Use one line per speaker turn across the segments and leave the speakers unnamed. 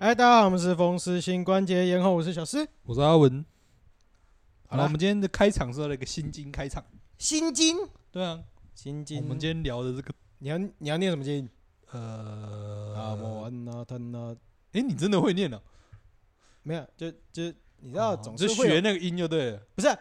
嗨，哎大家好，我们是风湿性关节炎后，我是小诗。
我是阿文。
好
好
啦
了，我们今天的开场是要来一个新经开场。
心经，
对啊，
心经，
我们今天聊的这个
你要你要念什么经？啊，摩
呃，
安呐，他呐，
哎，你真的会念哦？
没有，就就你知道，
哦
总
就是
会
学
有
那个音就对了。
不是啊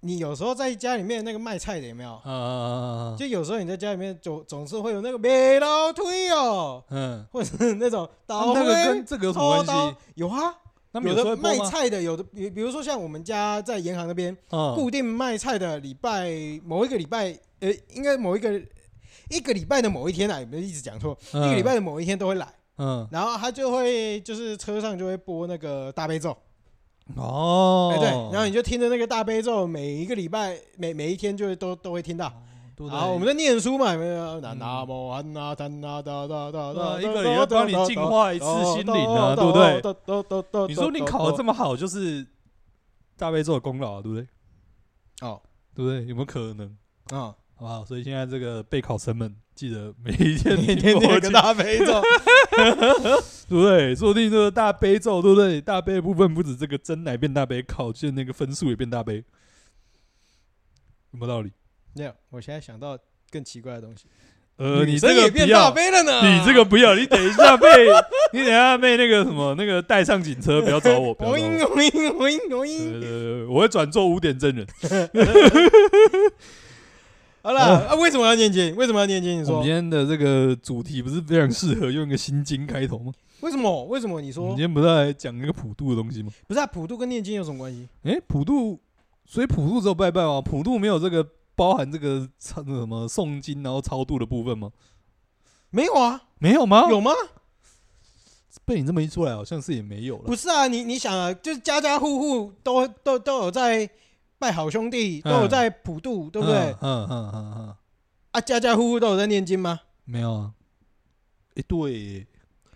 你有时候在家里面那个卖菜的有没有？
啊，
哦就有时候你在家里面总总是会有那个美劳推哦，
嗯，
或者是那种
那
倒
啊那个
灰
跟这个有什
偷
么关
刀
系？，
有啊，
那
有
有
的
在
卖
播吗？
菜的，有的比比如说像我们家在银行那边，
嗯
固定卖菜的礼拜某一个礼拜，呃，应该某一个一个礼拜的某一天啊，有没有一直讲错？一个礼拜，的某一天都会来，
嗯，
然后他就会就是车上就会播那个大悲咒，
嗯哦
哎，对，然后你就听着那个大悲咒，每一个礼拜每每一天就会都都会听到。
哦对不对
然后我们在念书嘛，有没有？南
嗯
南无安那丹那哒哒哒
对啊
哒，
一个也要帮你净化一次心灵啊，对不对？
对
你说你考的这么好，就是大悲咒的功劳啊，对不对？
哦，
对不对？有没有可能？
啊，
好不好？所以现在这个备考生们，记得每一天
每天
听
念
我
一个
讲
大悲咒，
对不对？说不定这个大悲咒，对不对？大悲的部分不止这个真奶变大悲，考卷那个分数也变大悲，有没有道理？
没有，我现在想到更奇怪的东西。
呃，
女
你
生
这个
也
不
变大
要，
杯了呢。
你这个不要，你等一下被你等一下被那个什么那个带上警车，不要找我，不要
我
找
赢
我。
我赢我赢我
对对
赢。
对，我会转做污点证人。
好了，啊，为什么要念经？为什么要念经？你
我们
说
今天的这个主题不是非常适合用一个心经开头吗？
为什么？为什么？你
我们
说
今天不是来讲那个普渡的东西吗？
不是啊？普渡跟念经有什么关系？
诶，普渡，所以普渡只有拜拜吗？普渡没有这个包含这个超那什么诵经然后超度的部分吗？
没有啊，
没有吗？
有吗？
被你这么一出来，好像是也没有了。
不是啊，你你想啊，就是家家户户都都都有在拜好兄弟，都有在普渡，对不对
嗯？嗯嗯嗯嗯，
啊，家家户户都有在念经吗？
没有啊。诶，对耶，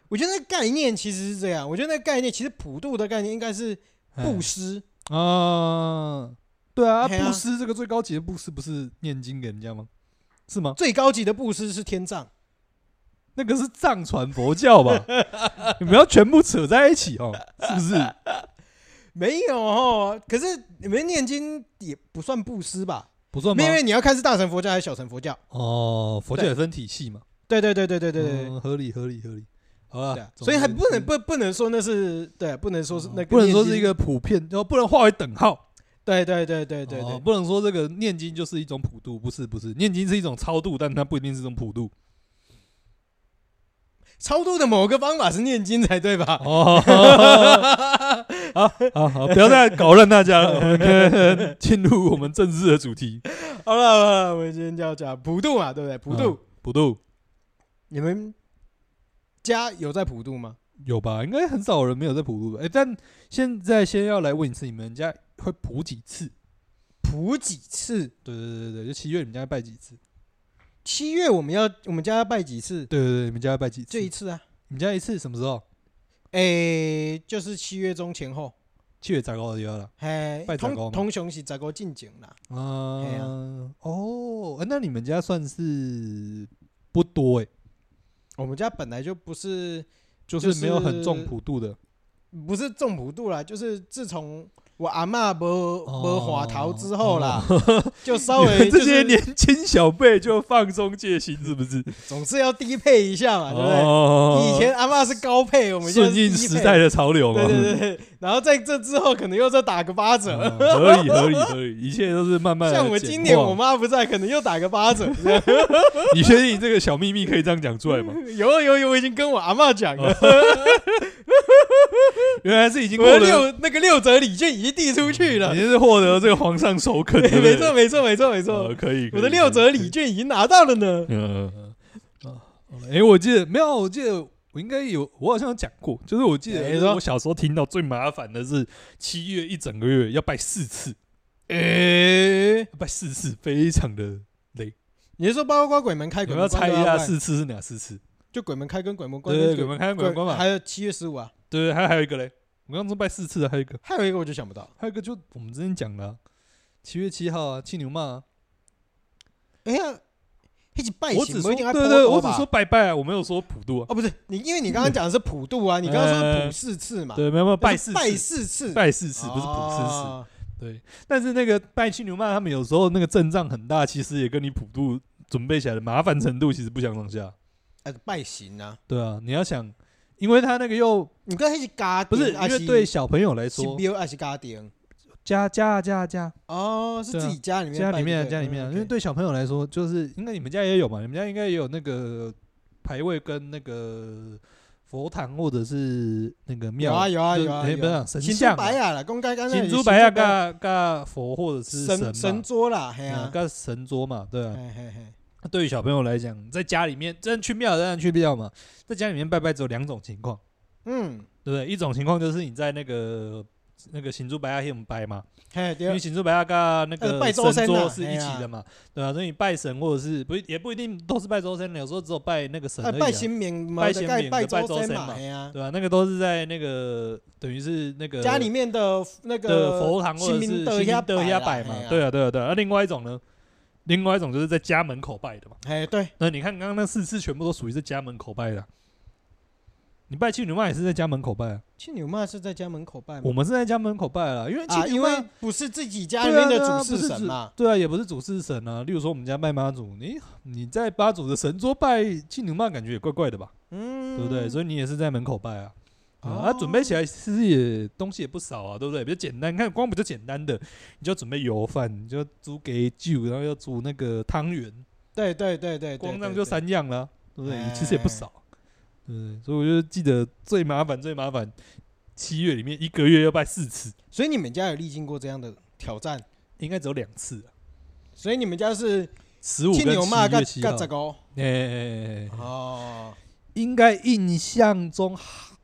我觉得那个概念其实是这样，我觉得那个概念其实普渡的概念应该是布
哎
施，
啊，对啊，
嘿啊
布施这个最高级的布施不是念经给人家吗？是吗？
最高级的布施是天葬。
那个是藏传佛教吧？你们要全部扯在一起哦，是不是？
没有哦，可是你们念经也不算布施吧？
不算吗
因？为你要看是大乘佛教还是小乘佛教。
哦，佛教也分体系嘛。
对对对对对对对对
嗯合理合理合理。好
对
了
啊，，所以还
总之哦
不能不不能说那是对，啊不能说是那个
不能说
念
是
经
一个普遍，然后不能划为等号。
对对对对对
哦
对，
不能说这个念经就是一种普渡，不是不是，念经是一种超度，但它不一定是一种 普渡。
超度的某个方法是念经才对吧？
哦， 好好好，不要再搞乱 大家了，我们先进入我们正式的主题，
好了好了，我们今天就要讲普渡嘛，对不对？普渡，
普渡
你们家有在普渡吗？
有吧？应该很少人没有在普渡吧？哎、但现在先要来问一次，你们家会普几次？
普几次？
对对对对，就七月你们家拜几次？
七月我们要我们家要拜几次？
对对对，你们家拜几次？
就一次啊。
你们家一次什么时候？
诶，就是七月中前后，
七月十五就要了。
嘿，
拜十五
通
嘛
通常是十五进前啦。嘿啊
嗯，哦，呃那你们家算是不多哎、
我们家本来就不是
就
就是
是没有很重普渡的。
不是重普渡啦，就是自从我阿嬷没
哦
没滑逃之后啦， 就 稍
你
微
们这
就是
些年轻小辈就放松戒心，是不是？
总是要低配一下啊嘛，对不对？
哦
以前阿嬷是高配，我们现在
顺
是
应
低配
时代，的潮流嘛，
对对对对。然后在这之后，可能又再打个八 折。
嗯合理合理合理，一切都是慢慢地
像我
简
今年
化
我妈不在，可能又打个八 折。这样
你确定这个小秘密可以这样讲出来 吗？
有有有，我已经跟我阿嬷讲
哦
了，
原来是已经
我
获
的
得，
六那个六折礼券已经递出去了
你。是获得这个皇上首肯，哦对不对
没错没错没错没错
呃，可以，
我的六折礼
券。
券已经拿到了呢。
嗯，哎、诶我记得没有，我记得我应该有，我好像有讲过，就是我记
诶
得，
你说
我小时候听到最麻烦的是七月一整个月要拜四次，
诶、
拜四次非常的累。
你是说包括鬼门开、
你
鬼
们要
门关
猜一
都要
下
拜
四次是哪四次？
就鬼门开跟鬼门关
对
跟
对，
鬼
鬼门开、鬼门关嘛。
还有七月十五啊，
对对，还有还有一个嘞，我刚刚说拜四次的，还有一个，
还有一个我就想不到。
还有一个就我们之前讲的啊、七月七号啊，七牛骂、啊。
哎呀，一起拜
我
行
只
不
说
一定要
对
波
对，
头
我只
吧
说拜拜啊，我没有说普渡啊。
哦，不是你，因为你刚刚讲的是普渡啊，你刚刚说普四次嘛，
哎对，没有没有拜
哦就是
四
拜
次
四次，
拜四次，不是普四次。
哦
对，但是那个拜青牛曼他们有时候那个阵仗很大，其实也跟你普渡准备起来的麻烦程度其实不相上下。
呃，拜行啊，
对啊，你要想，因为他那个又
你刚才是嘎
不是
啊，
因为对小朋友来
是
说，
庙还是家丁？
加加加加
哦，是
对啊
自己家里面
家
拜就
里面啊
对
家
了
里面啊，
嗯
因为
OK
对小朋友来说，就是应该你们家也有嘛，你们家应该也有那个牌位跟那个佛堂或者是那个
有
庙
啊有啊
就
有啊，
哎
有
不是
啊
啊神
行珠
像
白
啊
亚啦，公开刚才
请猪白亚嘎嘎佛或者是
神
神嘛
神桌啦，嘿
啊
啊，
嘎神桌嘛，对啊。
嘿嘿嘿，
那对于小朋友来讲，在家里面真的去庙当然去庙嘛，在家里面拜拜只有两种情况，
嗯，
对不对？一种情况就是你在那个那个行珠白亚黑拜嘛，
嘿
因为
对，啊
行珠白亚嘎
呃
那个
拜周
神
深啊
桌是一起
哎呀
的嘛，对啊吧、所以你拜神或者是不也不一定都是拜周深，有时候只有拜那个神而
啊
已、啊。
拜神明嘛，
拜
就
神
该
明
拜
就拜
周
周
身
身
嘛，
嘛
嘿啊，
对啊，那个都是在那个等于是那个
家里面的那
的
个
佛堂或者
神
是
明
神明
的
呀
呀
摆
嘿
嘛，
啊
对啊，对啊，对啊。那另外一种呢，另外一种就是在家门口拜的嘛。
哎，对，
那你看刚刚那四次全部都属于在家门口拜的啊、你拜七女妈也是在家门口拜、啊，
七牛妈是在家门口拜
我
吗？
们是在家门口拜了、因为
嗯啊，
七女
因
妈、
为不是自己家里面
对啊
的
对啊
主
不
事
是
神
主
嘛，
对啊，也不是主事神啊。例如说我们家拜妈祖，你你在妈祖的神桌拜七女妈，感觉也怪怪的吧，
嗯，
对不对？所以你也是在门口拜啊。啊，
哦
啊准备起来其实也东西也不少啊，对不对？比较简单，你看光比较简单的，你就准备油饭，你就煮给酒，然后要煮那个汤圆，
对对对对，对
光这
对
样就
对
三样了啊，对不
哎
对？其实也不少，对不对？所以我就记得最麻烦最麻烦，七月里面一个月要拜四次，
所以你们家有历经过这样的挑战，
应该只有两次啊，
所以你们家是
十五
七
跟
牛妈
七
跟
月七号
跟。这个
哎哎哎哎，
哦，
应该印象中，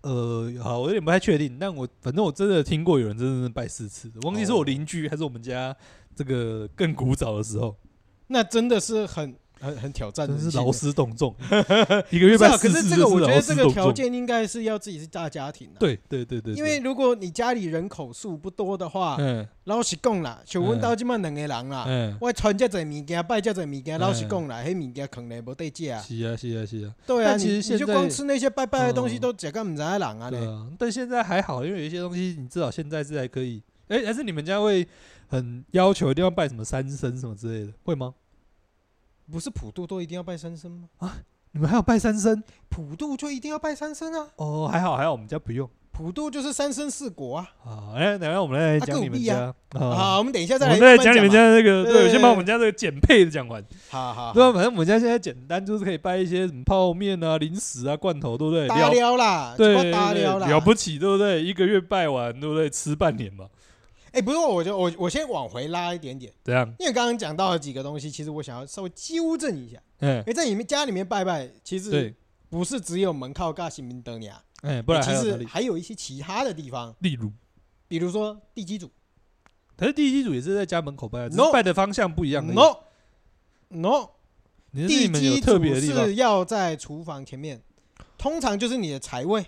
呃，好，我有点不太确定，但我反正我真的听过有人真的是拜四次，忘记是我邻居还是我们家这个更古早的时候，
那真的是很很很挑战
真
人性
是
的，
劳师动众，一个月
不是
拜
啊，可是
四次，
这个我觉得这
劳师
个
动
条
众。
件应该是要自己是大家庭、啊，，
对对对对，对
因为如果你家里人口数不多的话，
嗯
老实讲啦，像阮兜即满两个人啦，
嗯，
我传遮侪物件，拜遮侪物件，
嗯
老实讲啦，迄物件扛咧无得食啊。
是啊是啊是啊，
对啊，
但其实
你你
现
就
在
光吃那些拜拜的东西
嗯
都食个毋知影人啊
对
咧。
啊，但现在还好，因为有一些东西你至少现在是还可以，哎，还是你们家会很要求一定要拜什么三生什么之类的，会吗？
不是普渡都一定要拜三生吗？
你们还有拜三生？
普渡就一定要拜三生啊，
哦，还好还好，我们家不用。
普渡就是三生四果啊。
好，哎，等一下我们来
啊
讲
更
你们
必
家
啊
啊
好，我们等一下
我
再来
们再来
慢慢
讲你们
嘛。
家这
对
个，对，
对
我先把
对
我们家这个简配的讲完，
好好，
对吧？
好
反正我们家现在简单，就是可以掰一些什么泡面啊、零食啊、罐头，对不对？
打
了，
撩啦，
对
这块
对，
打
对
撩啦，
了不起，对不对？一个月拜完，对不对？吃半年嘛，
哎、不过我就我我先往回拉一点点，
怎样？
因为刚刚讲到了几个东西，其实我想要稍微纠正一下，
嗯
因，为在你们家里面拜拜，其实
对，
不是只有门靠嘎西明德尼亚，
哎，不然
其
还有哪
实
里？
还有一些其他的地方，
例如，
比如说地基组
可是第一组也是在家门口拜啊，只
No
是拜的方向不一样而已。
，no no，
你是
地
你们有
基
特
组
别的地方
是要在厨房前面，通常就是你的财位，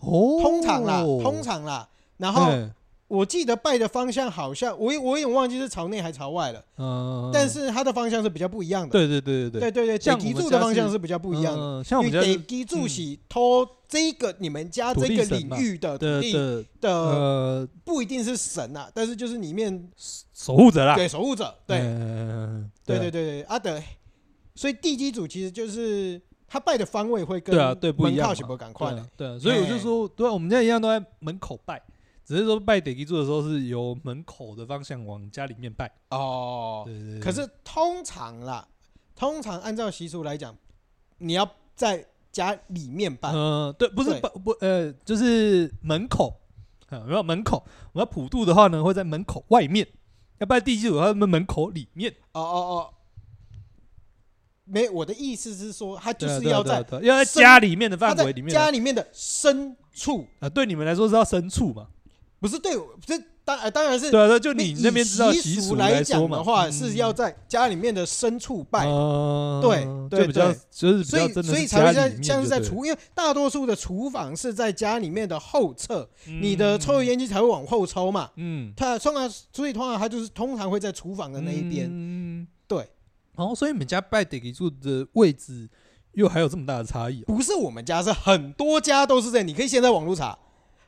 哦，
通常啦，通常啦，然后
哎，
我记得拜的方向好像我也我有点忘记是朝内还朝外了，
嗯，
但是它的方向是比较不一样的。
对对对对
对，对对，
像
北
我
极
们
柱
家
的方
是
向是比较不一样的。
嗯像我们
因
家
为
是
北极柱是偷这个你们家这
土地
个
神
领
嘛
域的土
的
地
的
的，
呃
不一定是神啊，但是就是里面
守护者啦，
对守护者，
嗯
对
嗯嗯嗯
对
对
对对对，啊对，所以地基主其实就是他拜的方位会跟
对啊对不一
门
样
靠
嘛
起不赶快
对
的
啊，对啊，所以我就说，对啊，我们家一样都在门口拜，只是说拜得基柱的时候是由门口的方向往家里面拜。
哦。
啊对对对，
可是通常啦，通常按照习俗来讲，你要在家里面拜，
呃，对，不是
对
不不呃，就是门口，啊，没有门口，我们要普渡的话呢，会在门口外面。要拜地基主，他们门口里面，
哦哦哦。没，我的意思是说，他就
对啊
是
对啊
要
对
在
啊对啊要在
深
家里面的
他
范
在
围里面啊
家里面的深处，
啊。对你们来说是要深处嘛？
不是对我，这当呃当然是
对啊，对啊就
你
你那边知道
以
习
俗
俗
来
说
讲
嘛
的话，
嗯
是要在家里面的深处拜，
哦
对对
就比较
对
就是比
所
较
以
真的
所以
是
才会
家
在
里面
像是
就
在
对了，
厨，因为大多数的厨房是在家里面的后侧，
嗯
你的抽油烟机才会往后抽嘛。
嗯嗯
它通常，所以通常它就是通常会在厨房的那一边，
边
对，
哦，所以你们家拜得给柱的位置又还有这么大的差异、哦。
不是我们家，是很多家都是这样。你可以先在网络查，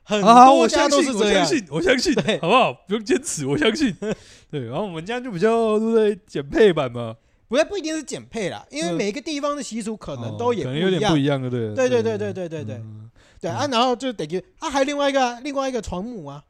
很
好好，啊我
多家
相
都
信，
是
我
这
相
样。
信，我相 信，
对
好不好？不用坚持，我相 信。对，然后我们家就比较对不对，减配版嘛，
不是不一定是减配啦，因为
嗯
每个地方的习俗可能
哦
都也
可
不
能有
一
点不
样。
一样，对不对？
对对对对对对对
嗯
对
嗯
啊，然后就得给啊，还有另外一个啊另外一个床母啊，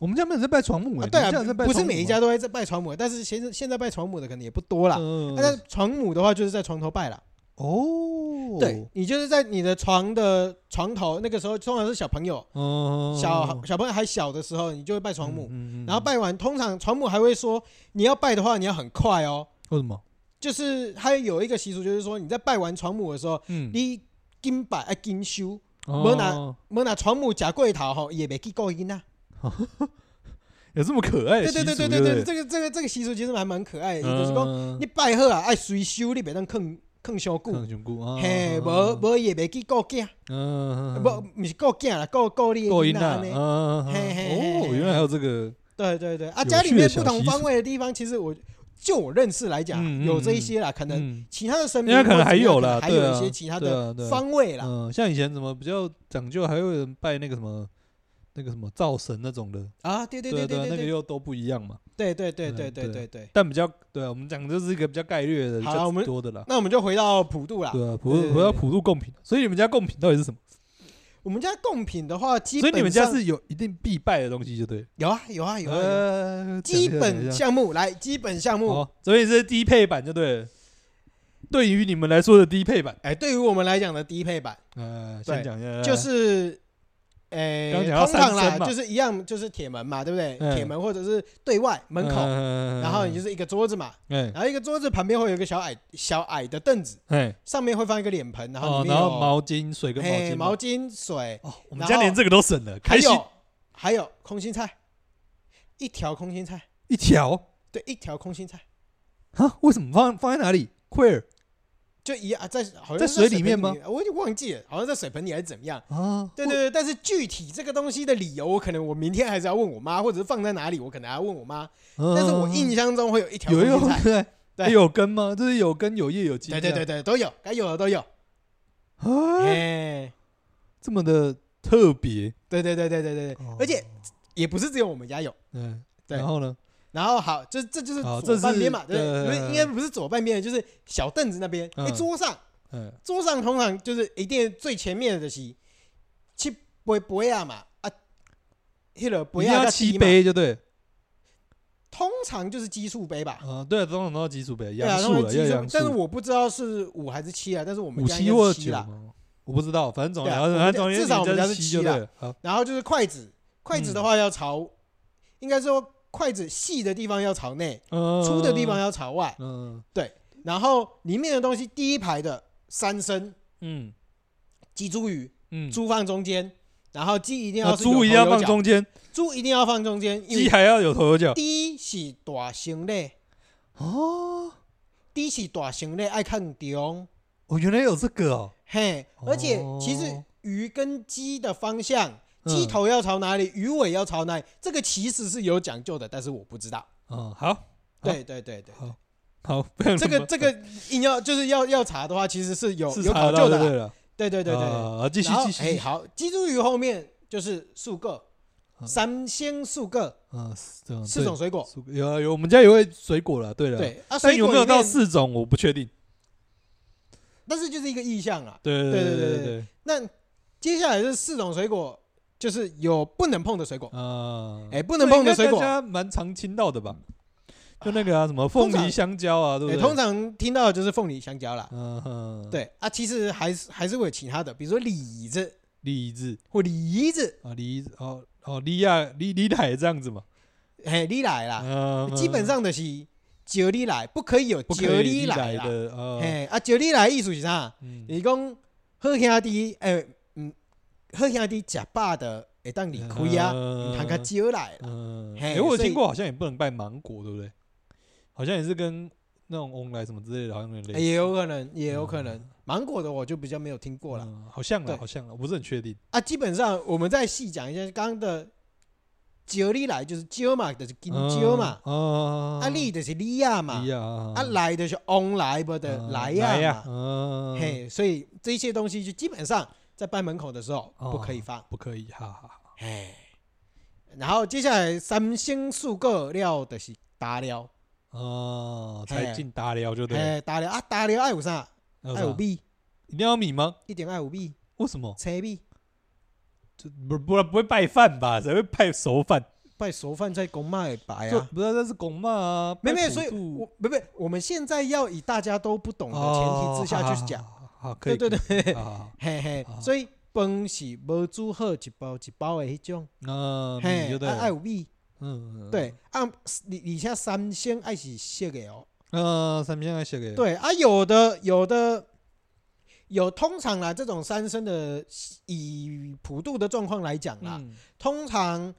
我们家没有在拜床母、欸，
啊对
你们家有
啊
在，拜
不
床
是
母
每一
吗
家都会在拜床母，但是现在现在拜床母的可能也不多啦。
嗯
啊但是床母的话，就是在床头拜啦。
哦，
对，你就是在你的床的床头，那个时候通常是小朋友，
哦，
小小朋友还小的时候，你就会拜床母，
嗯，嗯嗯
然后拜完，通常床母还会说，你要拜的话，你要很快哦。
为什么？
就是它有一个习俗，就是说你在拜完床母的时候，
嗯，
你金拜啊金修，
哦
拿没拿床母假跪头吼，也没去够音啊。
有这么可爱的
对
习
对
俗？
对对
对
对对，，
不
这个这个这个习俗其实还蛮可爱的，就是讲
嗯
你拜好啊，爱随修，你别当坑坑小
可能
久，
熊姑啊，
嘿，
嗯
无，无也没去顾囝，
嗯，
不不是顾囝啦，顾顾你的
够
囡
音
仔
啊，
安尼
嗯嗯嗯
嘿嘿嘿
哦，
嘿
原来还有这个，
对对对，啊，
有
家
趣
里
的
面
小
不同
习
方
俗
位的地方，其实我就我认识来讲，
嗯嗯
有这一
嗯
些啦，可能
嗯，
其他的神
应
明
该可能
或者
还
怎么样
有
可能
啦，
还
对
有
啊
一些其他
对
的
啊对啊
方位啦。
嗯，像以前怎么比较讲究，还有人拜那个什么那个什么灶神那种的，
啊，对对
对啊
对
对啊，
对
那个
对
又都不一样嘛。
对对对对
对
对
对
对对。
但比较对啊，我们讲就是一个比较概略的，比
好啦
较
我们
多的啦。
那我们就回到普渡啦。
对啊，普
对对
我要
对
普渡贡品，啊所以你们家贡品到底是什么？
我们家贡品的话，基
所
本
以你们家
上
是有一定必拜的东西，就对了。
有啊有啊有啊有啊，
呃，
基
讲一下讲一
本
下
项目来基本项目。
好，所以这是低配版就对了。对于你们来说的低配版，
哎，对于我们来讲的低配版，
呃，
对
先讲一下，
就是，呃，
刚讲到
通常
三声
啦，
嘛
就是一样，就是铁门嘛，对不对？
嗯
铁门或者是对外门口，
嗯
然后你就是一个桌子嘛，
哎
然后一个桌子旁边会有一个小矮小矮的凳子，
哎，
上面会放一个脸盆，然后
哦，
里面
然
有、
后毛巾、水跟毛
嘿
巾嘛，
毛巾、水，
哦，我们
然
家
后
连这个都省了，
还
开心
有还有空心菜，一条空心菜，
一条
对，一条空心菜，
啊？为什么放放在哪里？奎尔
就一样啊，在好像
在
在
水里面吗
水盆里？我已经忘记了，好像在水盆里还是怎么样。
啊，
对对对，但是具体这个东西的理由，我可能我明天还是要问我妈，或者是放在哪里，我可能还要问我妈。
嗯，
但是我印象中会有一条
有
空
一个
心菜， 对
对哎有根吗？就是有根有叶有茎，
对对对对，都有，该有的都有。
啊，
哎，
这么的特别，
对对对对对对对
哦，
而且也不是只有我们家有。
嗯，
对
然后呢？
然后好，这这就是
好
左
这
半
是
边嘛，对不对，
呃
不是应该不是左半边，就是小凳子那边，
嗯
哎，桌上
嗯，
桌上通常就是一定最前面的是七杯杯啊嘛啊，迄个杯啊
一定要
跟
七
嘛，
杯就对，
通常就是奇数杯吧，
啊，对，总统都要基础杯，
对啊，
杨
他
树
们
了，
基
要
数
杨，
但是
树，
我不知道是五还是七啊，但是我们
五
家应
七
该
或
是
九
啦。
吗？我不知道，反正总
对啊
然后
我
反正
们
总而言
至
之
少我们
你
家
是
是
七
七
就
啦
对了。好，
然后就是筷子，筷
嗯
子的话要朝，应该说筷子细的地方要朝内，
嗯
粗的地方，要朝外，
嗯
然后里面的东西第一排的三生
嗯
鸡猪鱼，
嗯，
猪放中间，然后鸡一定
那
要是有
猪一定要
头有
放
脚，
中间，
猪一定要放中间，因
鸡
为
还要有头有脚。
猪是大型类，
哦，
猪是大型类爱看中，
我原来有这个哦，
嘿，而且
哦
其实鱼跟鸡的方向。
嗯
鸡头要朝哪里，鱼尾要朝哪里，这个其实是有讲究的，但是我不知道。
嗯，好
对对对 对，
好好，非常
这个这 个硬要就是要要查的话，其实是有
是
有
查
考
得到
究
就
的
对
啦。
了，
对对对对对。
啊，继续
然后
继续，
哎，
继续
好，鸡猪鱼后面就是素个，
嗯
三鲜素个
嗯，是这样
四种水果。
对水有啊有，我们家有位水果了，对了，，
对啊，
但
水
有
果
没有
里面
到？四种我不确定。
但是就是一个意象啊。
对
对对
对对
对那接下来是四种水果，就是有不能碰的水果，
啊，
哎，不能碰的水
这应该
果。
大家蛮常听到的吧？就那个啊，什么凤
通常
梨香蕉啊，对不
哎，
对？
通常听到的就是凤梨、香蕉啦。
嗯哼，，
对啊，其实还是还是会有其他的，比如说李子
梨子
或梨子，
啊，梨子哦哦，梨亚梨梨奶这样子嘛，
哎，梨来啦。
嗯，
基本上就是招你来，不可以有
不
招
可以
你
梨
来
奶
啦。
的啊，
嘿，啊，招你来的意思是啥？
嗯，
就是讲好兄弟，诶，嗯，好兄弟食饱的会当离开啊，
嗯
通较招来啦。
嗯，
嘿
哎，我有
所以
听过，好像也不能拜芒果，对不对？好像也是跟那种翁来什么之类的，好像有点类
哎
似。
也有可能，也有可能。
嗯
芒果的我就比较没有听过了
嗯，好像了，
对
好像了，我不是很确定。
啊。基本上我们再细讲一下刚刚的招你来就是招嘛，就是跟
嗯
招嘛，
哦
啊你就是你呀嘛
一，样啊嗯
啊来就是往来不的来
呀
呀嘛，
嗯，
嘿，所以这些东西就基本上在班门口的时候
哦
不可以放，
不可以，哈哈哈。
嘿。然后接下来三星数个料就是打料，
哦，
嘿
才进大料就对了，
嘿，哎打料啊打料爱有啥？爱
还有啥
有米，
一定要米吗？
一定爱有米，
为什么？
车米，
这不不不会拜饭吧？谁会拜熟饭？
拜熟饭在公卖摆
这
啊。
不是那是拱骂啊，
没没，
拜普
所以
渡
我不不，我们现在要以大家都不懂的前提之下去讲，
哦，好好好好，可
对
以，
对
可以，啊
对，
好好好
嘿嘿
好，
所以饭是无煮好一包一包的迄种，
那米
嘿
嗯就，对
啊爱
了，
有米，
嗯，嗯，
对，啊，而而且三鲜爱是熟的哦，
嗯，呃，三明爱写给，
对啊，有的有的有，通常啦，这种三生的以普渡的状况来讲啦，
嗯，
通常，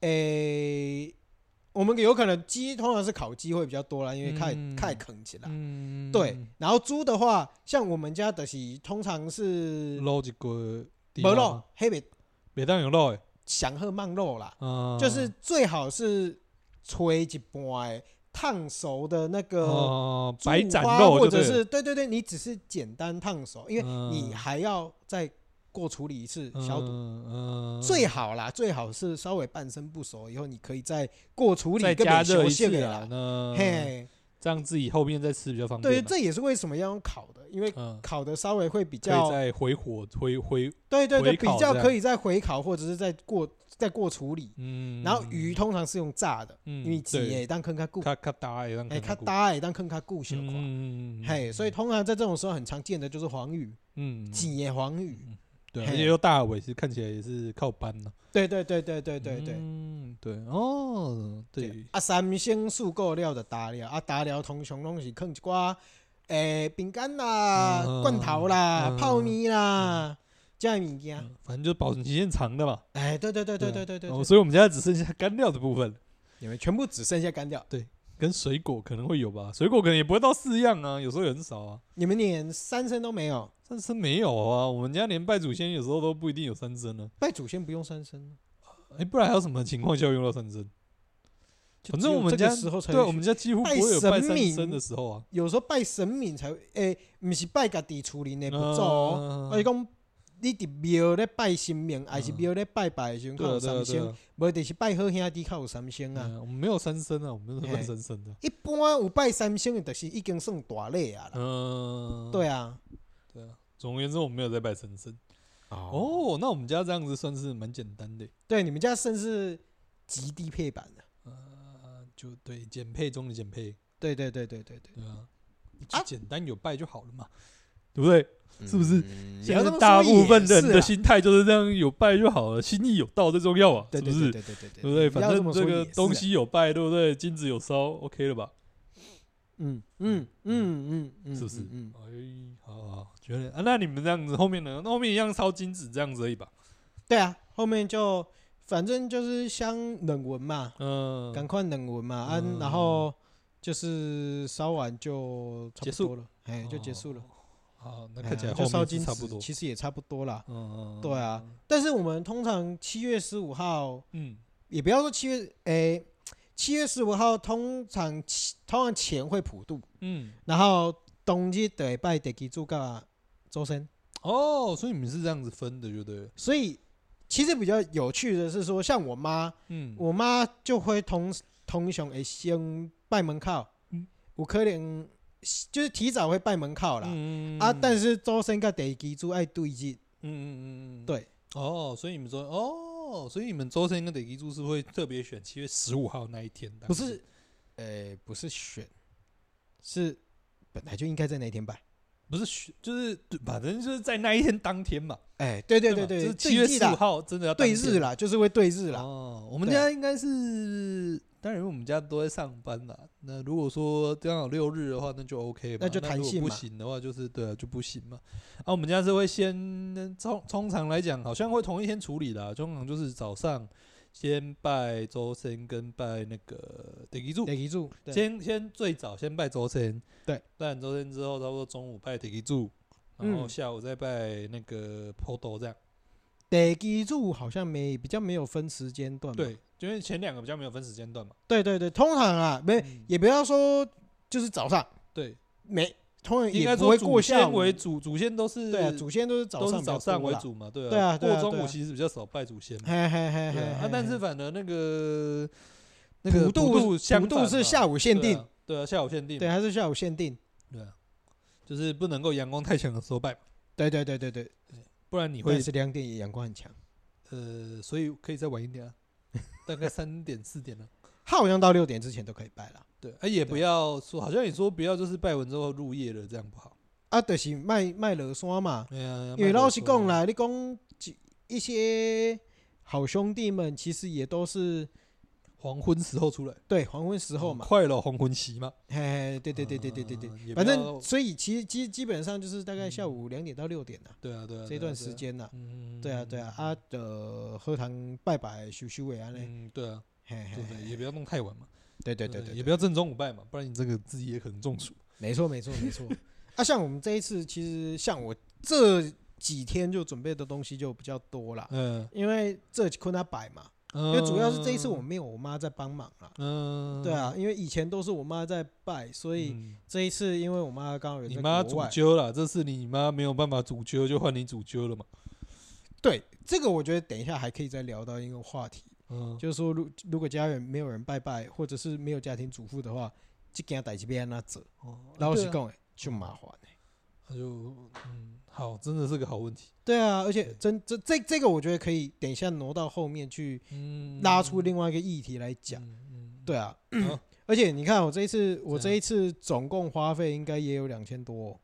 诶、我们有可能鸡通常是烤鸡会比较多啦，因为太
嗯
太啃起来。
嗯，
对，然后猪的话，像我们家的是通常是
捞一个地
没
方
肉
吗，，
黑白
别当有肉诶，
祥鹤慢肉啦，
嗯，
就是最好是吹一半的烫熟的那个
哦，
呃猪
白斩
花
肉
或
就
者
对了
是对对对，你只是简单烫熟，因为
嗯
你还要再过处理一次消毒。
嗯，嗯
最好啦，最好是稍微半生不熟以后，你可以再过处理，
再
跟
加
美
热
修
一
线
次
给
啊
啦，。
那
嘿，
这样自己后面再吃比较方
对，
便嘛。啊
这也是为什么要用烤的，因为
嗯，
烤的稍微会比
可以
较，
再回火回回，
对对对，
回
比
烤
较
这样
可以再回烤或者是再过再过处理。
嗯，
然后鱼通常是用炸的，
嗯，
因为鸡
对
也当坑它固，
咔咔哒也让
哎，它
顾，
搭也当坑它固小块。
嗯，嗯嗯嗯
嘿，所以通常在这种时候很常见的就是黄鱼，
嗯，
鸡也黄鱼。
对，
嘿
而且又大尾，是看起来也是靠班呢。
对对对对对对对。
嗯，对，哦，对，
啊，三星素够料的打料，啊，打料通常拢是放一寡诶饼干啦、
嗯
罐头啦、
嗯
泡面啦，这样物件。
嗯反正就保存期限长的嘛。
哎，对对对对
对
对
啊
对对
哦，
对，
所以我们现在只剩下干料的部分，
你们全部只剩下干掉。
跟水果可能会有吧，水果可能也不会到四样啊，有时候也很少啊。
你们连三生都没有，
三生没有啊，我们家连拜祖先有时候都不一定有三生呢、
拜祖先不用三生，
哎、不然还有什么情况下用到三生？
就
反
只
正
有
我们
这
家
个时候才
对啊，
会
我们家几乎不
拜
会有拜
神
三生
明
的时候啊。
有时候拜神明才会诶，不是拜家己厝里的不做哦，
嗯
而是讲你伫庙咧拜神明，还是庙咧拜拜的时候
对
较有
啊对
三
啊对
星，
啊
无就是拜好兄弟较有三星啊。
嗯我们没有三生啊，我们都是拜
嘿
三生的。
一般有拜三星的，就是已经算大类啊啦。
嗯，
对啊，
对啊。总而言之，我们没有在拜三生。，哦，那我们家这样子算是蛮简单的。
对，你们家甚是极低配版的。
呃，就对减配中的减配，
对对对对对对，
对啊，就
啊
简单有拜就好了嘛，对不对？是不是
嗯？
现在大部分人的
心，
心态就是啊这样，有拜就好了，心意有到最重要啊，
对
是不
对
是
对？对对对
对不对？
不
反
要这
正
么
这
说
个
也是啊
东，西有拜，对不对？金子有烧，OK 了吧？
嗯嗯嗯嗯嗯，
是不是
嗯，
哎，好好，觉得啊，那你们这样子后面呢？那后面一样烧金子这样子而已吧？
对啊，后面就反正就是香冷文嘛，
嗯，
赶快冷文嘛，啊
嗯，
然后就是烧完就差
结
不
束
多了，哎，就结束了。
好，那
哎
看起来
呀
后
就烧
面是
金
差不多
纸，。其实也差不多啦。
嗯，嗯
对啊，但是我们通常七月十五号，
嗯，
也不要说七月，诶、七月十五号通常起通常前会普渡，
嗯，
然后冬日就会拜地基主甲周深，
哦，所以你们是这样子分的，就对了。
所以其实比较有趣的是说，像我妈，
嗯，
我妈就会通通常会先拜门口，
嗯
有可能就是提早会拜门口啦，
嗯
啊，但是周深甲地基主爱对日，
嗯嗯嗯，嗯
对。
哦，所以你们说，哦，所以你们周深跟得基柱是会特别选七月十五号那一天的，
不是，诶、
呃
不是选，是本来就应该在那一天拜。
不是选，就是对反正就是在那一天当天嘛。
哎，对对对
嘛就
对，
是七月
对日
十
啦
五号真的要
对日
了。
啦，就是会对日啦。
哦，我们
对啊
家应该是，当然我们家都在上班啦。那如果说刚好六日的话，那就 OK 嘛。
那就弹
如果
性
不
嘛
行的话，就是对啊，就不行嘛。啊，我们家是会先通通常来讲，好像会同一天处理的啊、通常就是早上先拜周深跟拜那个得基柱
得，记住，对
先先最早先拜周深，
对，
拜完周深之后，差不多中午拜得基柱，然后
嗯
下午再拜那个 Podo 这样。
得基柱好像没比较没有分时间段吧。
对，因为前两个比较没有分时间段嘛。
对对对，通常啊，没
嗯
也不要说就是早上
对，
没，通常
应
也
该
不
说
会
主
过下
线
午
为。主，主线都是
对啊，祖先都是早
都
上
是
比较
早上
多
为
啦。
主嘛，对
对啊对
过
啊
中
对
午
啊
其实比较少拜祖先嘛。
嘿嘿嘿
对
嘿
啊，啊
嘿，
但是
嘿
反而那个那个
普渡
渡相
普渡
反
是
嘛
下午限
对
定
啊，对啊，下午限定
对，
嘛，
它是下午限定。
对啊，就是不能够阳光太强的时候拜嘛，
对对对对对，
不然你会
但是两点也阳光很强，
呃，所以可以再晚一点啊，大概三点四点了。
它好像到六点之前都可以拜了。
对，哎，也不
对啊
要说，好像你说不要就是拜完之后入夜了，这样不好。
啊，就是卖卖罗山嘛，
哎呀，
因为老实讲啦，
了，
你讲几一些好兄弟们其实也都是
黄昏时候出来
对黄昏时候嘛，
快乐黄昏期嘛。
嘿
嗯
嘿，对对对对对对对，
对
反正所以其实基基本上就是大概下午两点到六点呐
对啊嗯对啊，
这
对啊
段时，间呐，
嗯，
对啊对啊，啊的喝堂拜拜修修为安嘞，
嗯，对啊，
嘿嘿
对不对？也不要弄太晚嘛，
对对对
不
对，
也
对
不要正中午拜嘛，不然你这个自己也可能中暑。
没错，没错，没 错。啊，像我们这一次，其实像我这几天就准备的东西就比较多啦，
嗯，
因为这坤他摆嘛，因
因
为主要是这一次我，没有我妈在帮忙啦。
嗯，
对啊，，因为以前都是我妈在拜，所以
嗯
这一次因为我妈刚好有
你
在
妈
国
主
外，
揪了，这次你妈没有办法主揪，就换你主揪了嘛。
对这个我觉得等一下还可以再聊到一个话题，
嗯，
就是说如如果家人没有人拜拜，或者是没有家庭主妇的话，这件代志变那走，
哦
老实
是
讲诶，就麻烦欸
他就啊哎嗯，好，真的是个好问题。
对啊，而且
对
真这这这个我觉得可以等一下挪到后面去。
嗯，
拉出另外一个议题来讲。
嗯，
对啊，
嗯，好啊
而且你看我哦这一次，我
这
这
样
一次总共花费应该也有两千多哦。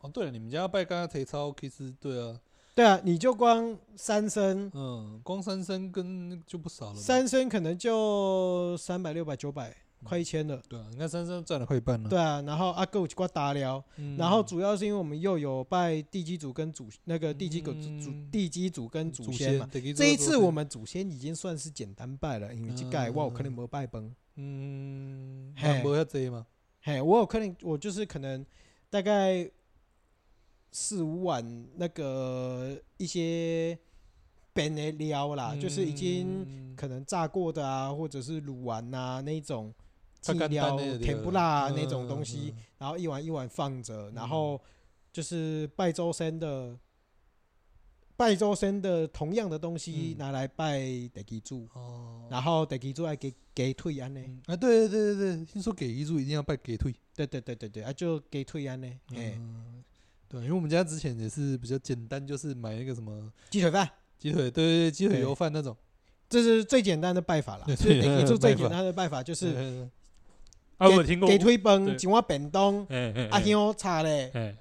哦，对了，你们家拜刚刚提超，其实对啊，
对啊，你就光三生，
嗯，光三生跟就不少了嘛。
三生可能就三百、六百、九百，
嗯
快一千了。
对啊，你看三生占了快一半了。
对啊，然后阿够瓜达聊，
嗯，
然后主要是因为我们又有拜地基主跟祖那个地基主
嗯
祖地基主跟祖先嘛。
先
这一次我们祖先已经算是简单拜了，因为这盖
嗯
我有可能没拜崩，
嗯，
嘿
无遐济嘛，
嘿，我有可能我就是可能大概四五碗那个一些本的料啦，就是已经
嗯
可能炸过的啊，或者是卤完呐、啊、那一种
较
酱
简
料
单的就对
甜不
了
辣、啊
嗯
那种东西，
嗯
然后一碗一碗放着，
嗯
然后就是拜周生的。拜周生的同样的东西
嗯
拿来拜地基主，
哦，
然后地基主还给给退安呢，
嗯啊，对对对对对，听说给遗嘱一定要拜给退，
对对对对对，啊就给退安呢，哎、
嗯，对，因为我们家之前也是比较简单，就是买那个什么
鸡腿饭，
鸡腿，对对对，鸡腿
对
油饭那种，
这是最简单的拜法啦，
对
就是
对
给出最
拜法
简单的拜法就是
对，对对啊，
给
我有听过，
给推崩
对
一碗便当，
哎，哎
阿
哎
香炒嘞，
哎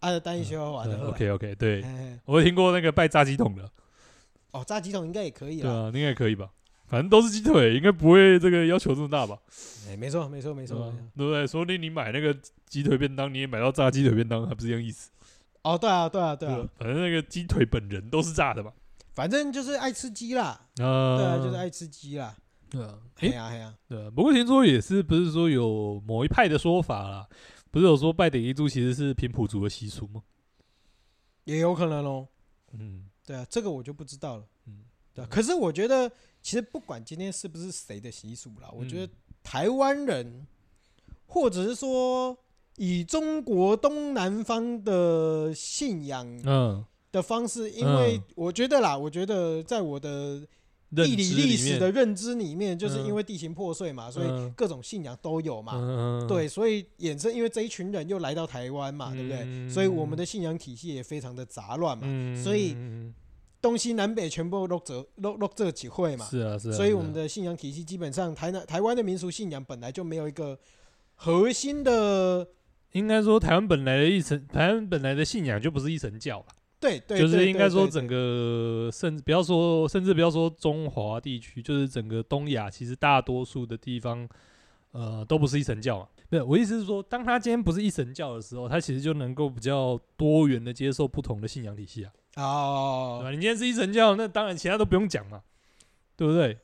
啊等一小碗就好了。
嗯，OK OK，对
嘿嘿
我有听过那个拜炸鸡桶的，
哦，炸鸡桶应该也可以
对
啦。
啊，应该可以吧。反正都是鸡腿，应该不会这个要求这么大吧？
哎，没错没错没
是吧
错。没错
对不啊对？说不定你买那个鸡腿便当，你也买到炸鸡腿便当，还不是一样意思？
哦，对啊对啊对
吧
啊，
反正那个鸡腿本人都是炸的嘛。
反正就是爱吃鸡啦，
啊
对啊，就是爱吃鸡啦。
对啊，
哎
诶，
呀哎呀，
对啊。不过听说也是，不是说有某一派的说法啦，不是有说拜典一族其实是平埔族的习俗吗？
也有可能哦。
嗯
对啊，这个我就不知道了。
嗯，
对啊，可是我觉得其实不管今天是不是谁的习俗啦，我觉得台湾人，或者是说以中国东南方的信仰
嗯，
的方式，因为
嗯
我觉得啦，我觉得在我的
认
地理
知
历
里
史
面
的认知里面，就是
嗯
因为地形破碎嘛，所以
嗯
各种信仰都有嘛。
嗯，嗯
对，所以衍生，因为这一群人又来到台湾嘛，对不对？
嗯
所以我们的信仰体系也非常的杂乱嘛，
嗯
所以
嗯
东西南北全部都这都都这几会嘛。
是啊是啊，
所以
是
我们
啊
的信仰体系基本上台南台湾的民俗信仰本来就没有一个核心的，
应该说台湾本来的一神，台湾本来的信仰就不是一神教啦。
对对，
就是
对
应该
对
说
对
整
对
个，甚至不要说，甚至不要说中华地区，就是整个东亚，其实大多数的地方，呃，都不是一神教嘛。没有，我意思是说，当他今天不是一神教的时候，他其实就能够比较多元的接受不同的信仰体系啊，对啊
哦
吧？你今天是一神教，那当然其他都不用讲嘛，对不对？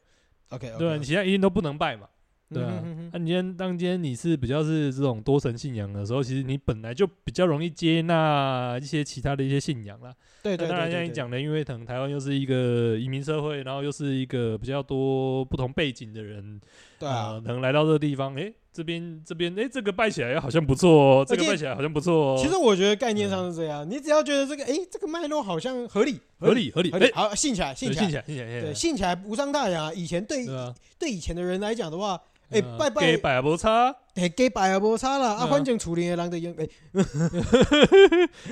，OK，
对吧，你其他一定都不能拜嘛，对啊，
嗯哼哼
那、你今天当今天你是比较是这种多神信仰的时候，其实你本来就比较容易接纳一些其他的一些信仰啦。
对
那
对，
当然
对
像你，讲的，因为可能台湾又是一个移民社会，然后又是一个比较多不同背景的人，
对对啊
呃，，能来到这个地方，诶，这边这边，诶，这个拜起来好像不错哦，这
而
个
且
拜起来好像不错哦，
其实我觉得概念
嗯
上是这样，你只要觉得这个，哎，这个脉络好像合理，
合理合理，
合理，
诶，
好信起来，信
对
起
信
来
起，来信起来，
对，
信起
信起来无伤大雅。以前对
来对啊，
对以前的人来讲的话，
对
哎
啊，
拜
给
拜，
百无差，
哎，给拜也无差啦，
对
啊，
啊
反正处理的人的用，哎，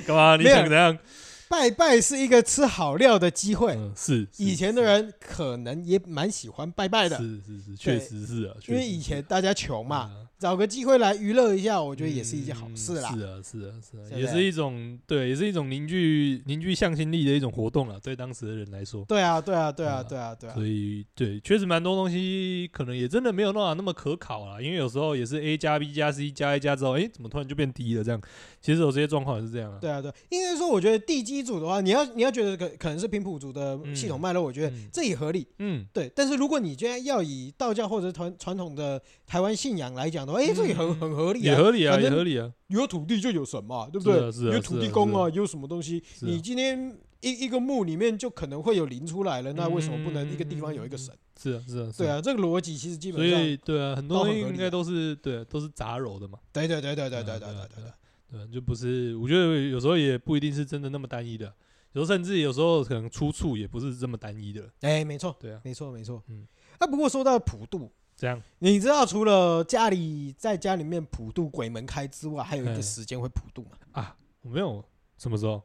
干嘛？你
没有
想怎样？
拜拜是一个吃好料的机会。
嗯，是是
以前的
是
人可能也蛮喜欢拜拜的，
是是是，确
对
实是啊，
因
确
为
实
以
是
前大家穷嘛，
嗯
找个机会来娱乐一下，我觉得也是一件好事啦
嗯。是啊，是啊，是啊，
对不
也是
对
一种对，也是一种凝聚凝聚向心力的一种活动了。对当时的人来说，
对啊，对啊，对啊，
嗯
对啊，对啊，
所以对，确实蛮多东西可能也真的没有办法那么可考啦。因为有时候也是 A 加 B 加 C 加 A 加之后，诶，怎么突然就变低了？这样，其实有这些状况也是这样啊。
对啊，对啊。应该说，我觉得地基组的话，你要你要觉得可可能是平埔族的系统脉络，我觉得
嗯
这也合理。
嗯，
对，但是如果你现在要以道教或者传传统的台湾信仰来讲的话，哎，这也很
嗯
很合理
也
啊。
合理啊，
反
也
正
合理啊。
有土地就有神嘛，对不
是
对
啊是？
有
啊是
土
啊
地
是
公
啊
啊，有什么东西？
是啊
你今天一一个墓里面就可能会有灵出来了，那
嗯
为什么不能一个地方有一个神？
是啊，是啊，是
对。啊，这个逻辑其实基
所
本上，
以对啊，很多
都
东
很
西
合
应
理
该
啊
都是对啊，都是杂糅的嘛。
对对对对对对对
对啊
对
对
对
啊
对。
对，就不是，我觉得有时候也不一定是真的那么单一的，有时候甚至有时候可能出处也不是这么单一的，
哎，没错，
对啊，
没错，没错。
嗯
嗯，啊，不过说到普渡，
这样，
你知道除了家里在家里面普渡鬼门开之外，还有一
哎
个时间会普渡
嗯
嘛？
啊我没有什么时候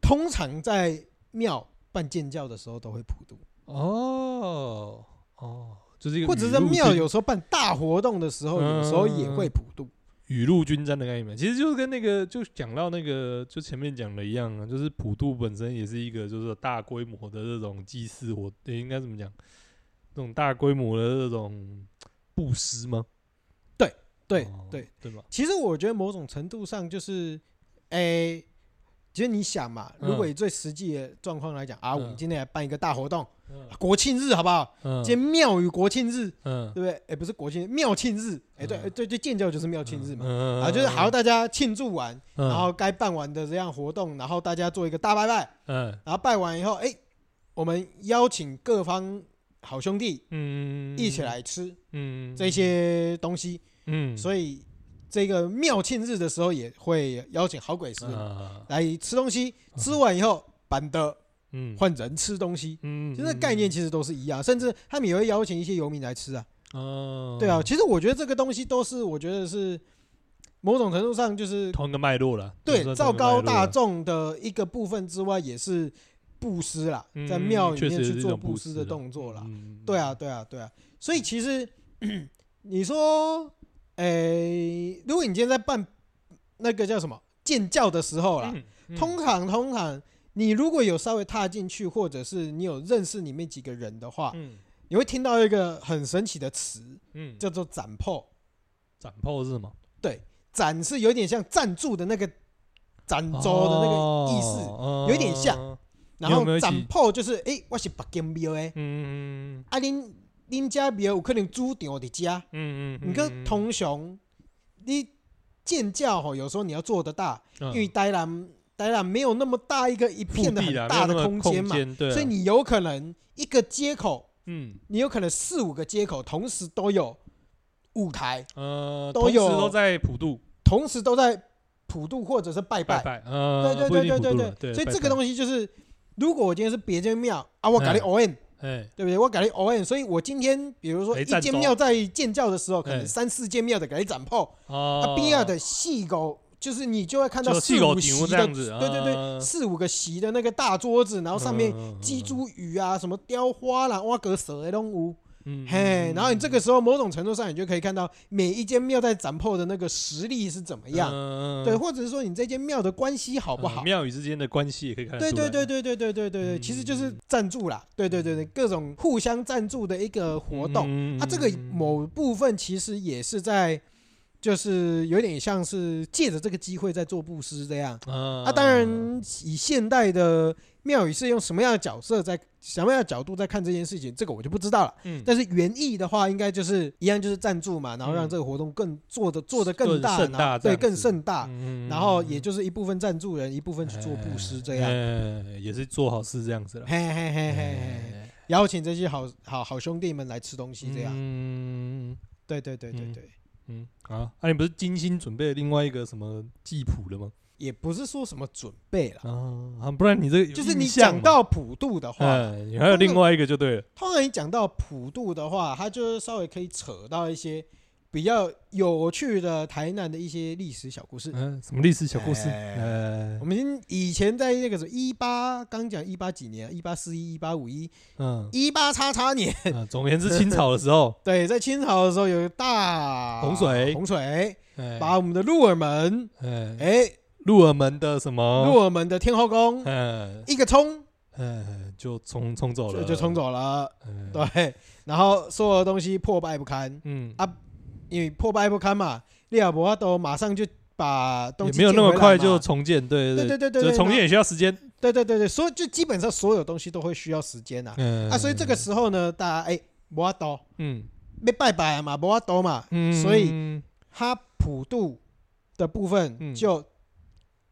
通常在庙办建教的时候都会普渡，
哦哦，就是一个
或者
雨
在
露
庙
均
有时候办大活动的时候，
嗯
有时候也会普渡。
雨露均沾的概念，其实就是跟那个就讲到那个就前面讲的一样啊，就是普渡本身也是一个就是大规模的这种祭祀活，诶应该怎么讲？这种大规模的这种布施吗？
对
哦
对，
对吧？
其实我觉得某种程度上就是，哎，其实你想嘛，
嗯
如果以最实际的状况来讲啊，
嗯
我们今天来办一个大活动，啊
嗯
国庆日好不好？
嗯
今天庙与国庆日，
嗯
对不对？哎，不是国庆，庙庆日。哎，对
嗯
哎对对，建教就是庙庆日嘛。
嘛
啊，就是好，大家庆祝完，
嗯
然后该办完的这样活动，然后大家做一个大拜拜，
嗯
然后拜完以后，哎，我们邀请各方好兄弟
嗯
一起，来吃
嗯，
这，些东西，
嗯，
所以这个庙庆日的时候也会邀请好鬼师
啊，
来吃东西，
嗯
吃完以后板的
嗯，
换人吃东西。
嗯，
其实概念其实都是一样，甚至他们也会邀请一些游民来吃啊。
哦，
对啊，，其实我觉得这个东西都是，我觉得是某种程度上就是
同一个脉络了，
对，
算
赵
同一个脉
高
络
大
啦，
众的一个部分之外，也是布施啦，
嗯
在庙里
确
面
实是
去
一
做
种
布
布
施
施
的
啦
动作啦。
嗯
对啊，，对啊，对啊。所以其实你说，诶、如果你今天在办那个叫什么建教的时候啦，
嗯，嗯
通常通常你如果有稍微踏进去，或者是你有认识里面几个人的话，
嗯
你会听到一个很神奇的词，
嗯，
叫做“展破
斩炮是什么？”。
展是有点像赞助的那个展州的那个意思。
思
有点像，然
哦你有没有
后
一起
斩破就是，诶，我是北京庙诶，
嗯嗯
啊，恁恁家庙有可能主场啊伫家，
嗯嗯，
你跟通常你建教吼，有时候你要做得大，
因
因为台南台南没有那么大一个一片的很大的
空
间嘛，，
对啊，
所以你有可能一个街口，
嗯
你有可能四五个街口同时都有舞台，
呃，
都
同时
有
都在普渡
同时都在普渡或者是拜
拜
拜，
拜，呃，
对对
不
对
一定
对
普渡了
对
对，
所以这个
西，
东西就是，如果我今天是别间庙啊，我搞你
嗯
O N。
哎，
对不对？我改了 O N，所以我今天比如说
哎
一
赞
间
助
庙在建教的时候，可
哎
能三四间庙的改斩炮，
哦
啊，，第二的细狗就是你就会看到
就
四
细狗
五
顶
席
这
的
样，子，
对对对，
嗯
四五个席的那个大桌子，然后上面鸡、猪鱼啊，什么雕花啦、挖格蛇的动物，
嗯嗯嗯嗯嗯
嘿，然后你这个时候某种程度上你就可以看到每一间庙在斩破的那个实力是怎么样，
嗯
对，或者是说你这间庙的关系好不好
嗯？庙宇之间的关系也可以看得
对
出
对
来，
对对对对对对对，其实就是
嗯
赞助啦，对对对对，各种互相赞助的一个活动。
嗯
啊，这个某部分其实也是在就是有点像是借着这个机会在做布施这样。
啊
啊，当然，以现代的庙宇是用什么样的角色在什么样的角度在看这件事情，这个我就不知道了。
嗯，
但是原意的话，应该就是一样，就是赞助嘛，然后让
嗯
这个活动更做的做的更
更
大，
盛
然后
大这
对，
样
更
子
盛大。
嗯哎
然后也就是一部分赞助人，一部分去做布施这样。
样，也是做好事这样子了。
嘿嘿嘿嘿嘿，
哎
邀请这些好好好兄弟们来吃东西这样。
嗯
对对对对
嗯
对，
嗯啊，那你不是精心准备了另外一个什么记谱了吗？
也不是说什么准备了，
啊，不然你这有
就是你
印象
讲
嘛，
到普渡的话，
嗯，你还有另外一个就对了，
通常你讲到普渡的话，它就是稍微可以扯到一些比较有趣的台南的一些历史小故事。
嗯，什么历史小故事，
哎
呃
我，们以前在那个什么一八，刚讲一八几年，一八四一、一八五一、
嗯，
一八叉叉年，，
啊总而言之，清朝的时候
对，在清朝的时候有个大
洪水
洪水
哎
把我们的鹿耳门，
哎，
哎，
鹿耳门的什么，
鹿耳门的天后宫
哦嗯
一个冲
嗯，就冲冲走
就
了，
就冲，走了，
嗯，
对，啊然后所有东西破败不堪，
嗯，
因为破败不堪嘛，利亚博都马上就把东
也
西
没有那么
建回来
快
嘛
就重建，对
对对
对
对对
就
对，
重建也需要时间，
对对对对，所以就基本上所有东西都会需要时间啊
嗯
啊，所以这个时候呢，大家哎，博多
嗯
没拜拜嘛，博多嘛，
嗯，
所以他普渡的部分
嗯
就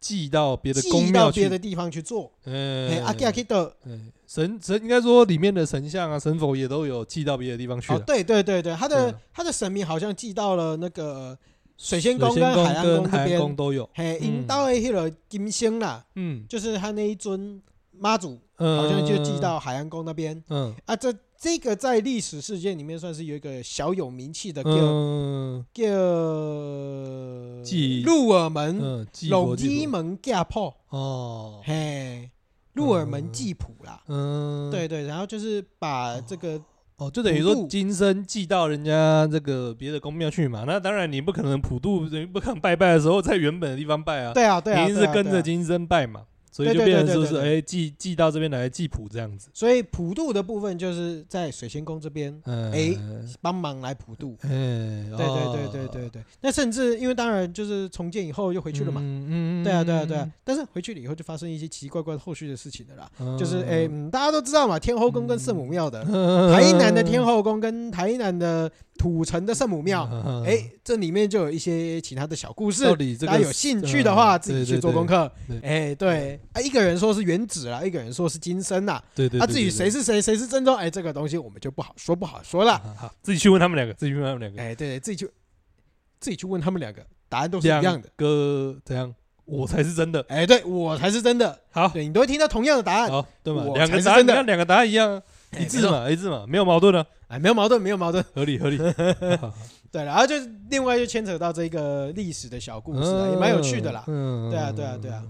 寄到别的宫
寄到
庙
别
去
的，地方去做，哎，
嗯，
阿基阿基的，
嗯神神应该说里面的神像啊、神佛也都有寄到别的地方去啊
哦，
了。
对对对对，他
对
的他的神明好像寄到了那个，水仙宫
水仙
跟
宫
海洋宫
跟
这
海
边
洋宫都有。
嘿，
嗯
引到的迄个金星啦，
嗯，
就是他那一尊妈祖。
呃
好像就寄。到海洋宫那边
嗯
啊。这这个在历史事件里面算是有一个小有名气的，叫
嗯
叫
寄
鹿耳门
嗯，寄
龙
佛
基
寄佛
门架破，
哦，
嘿，鹿耳门祭谱啦。
嗯，
对对，然后就是把这个
哦，就等于
普
说
渡
今生寄到人家这个别的宫庙去嘛。那当然你不可能普渡，你不可能拜拜的时候在原本的地方拜啊，
对啊对啊，
一定是
对啊
跟
对
着
啊
今生拜嘛。所以
对
就
对
变成
对
说
对
是
对
哎寄寄到这边来寄谱这样子。
所以普渡的部分就是在水仙宫这边
嗯，
哎帮忙来普渡。
哎，
对对对对对对，那甚至因为当然就是重建以后又回
回
去了嘛，
嗯嗯，
对啊对啊对啊，但是回去了以后就发生一些奇奇怪怪的后续的事情的啦。
嗯，
就是诶、嗯大家都知道嘛，天后宫跟圣母庙的，
嗯，
台南的天后宫跟台南的土城的圣母庙，
嗯，
诶，这里面就有一些其他的小故事
到。底这
大家
个
有兴趣的话，
嗯
自己去做功，课
对。对
诶，对，啊，一个人说是原子啦，一个人说是金身啦，
对对对对，
啊，
对
至于谁？是谁，谁是真宗，诶，哎这个东西我们就不好说，不好说
对
了。
对好自己去问他们两个，自己去问他们两个，
诶，对，自己去自己去问他们两个，答案都是一
两
样的。
个怎样？我才是真的，
诶，对我才是真的，
好，
对你都会听到同样的答案，
好，对吧？
我
两
才
个
是
答案，
真的
你看两个答案一样啊，
哎
哦一致
没错
嘛，一致嘛，没有矛盾啊，
哎，没有矛盾，没有矛盾。
合理 合理。好好
对，然后就是另外就牵扯到这个历史的小故事啊，也蛮有趣的啦。
嗯，
对啊对啊对啊，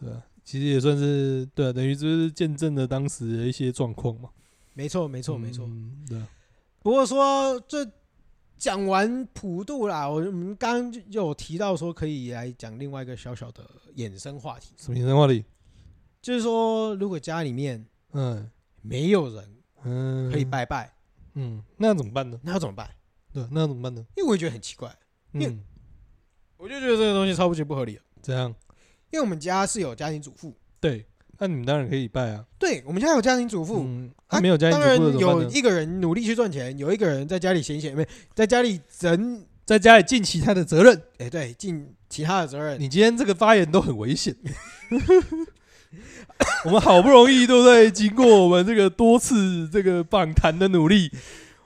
对啊，其实也算是对啊，等于就是见证了当时的一些状况嘛。
没错，没错，没错。
嗯，对啊，
不过说这讲完普渡啦，我我们刚刚就有提到说可以来讲另外一个小小的衍生话题，
什么生话里？
就是说如果家里面
嗯
没有人
嗯，
可以拜拜，
嗯，那怎么办呢？
那要怎么办？
对，那怎么办呢？
因为我也觉得很奇怪，因为
嗯，
我就觉得这个东西超不级不合理的。
怎样？
因为我们家是有家庭主妇，
对，那你们当然可以拜啊。
对我们家有家庭主妇，
嗯，
啊
啊、没有家庭
当
主
然
妇的怎么
有
办呢？
一个人努力去赚钱，有一个人在家里闲闲，没在家里人
在家里尽其他的责任。
哎、对，尽其他的责任。
你今天这个发言都很危 险。我们好不容易，对不对？经过我们这个多次这个访谈的努力，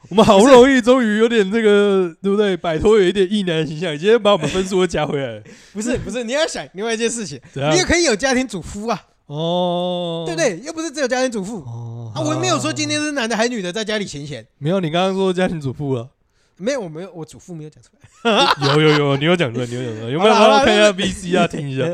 我们好不容易终于有点这个，对不对？摆脱有一点异男的形象，今天把我们分数都加回来了，
不是不是，你要想另外一件事情，
怎样
你也？可以有家庭主夫啊，
啊哦，
对不？对？又不是只有家庭主妇
哦，
啊，我没有说今天是男的还是女的在家里闲闲，
没有，你刚刚说家庭主啊妇了。
没有，我没有，我主妇没有讲出来。
有有有，你有讲出来，你有讲出来，有没有
好啦好啦
帮我看一下 VC 啊， 听一下？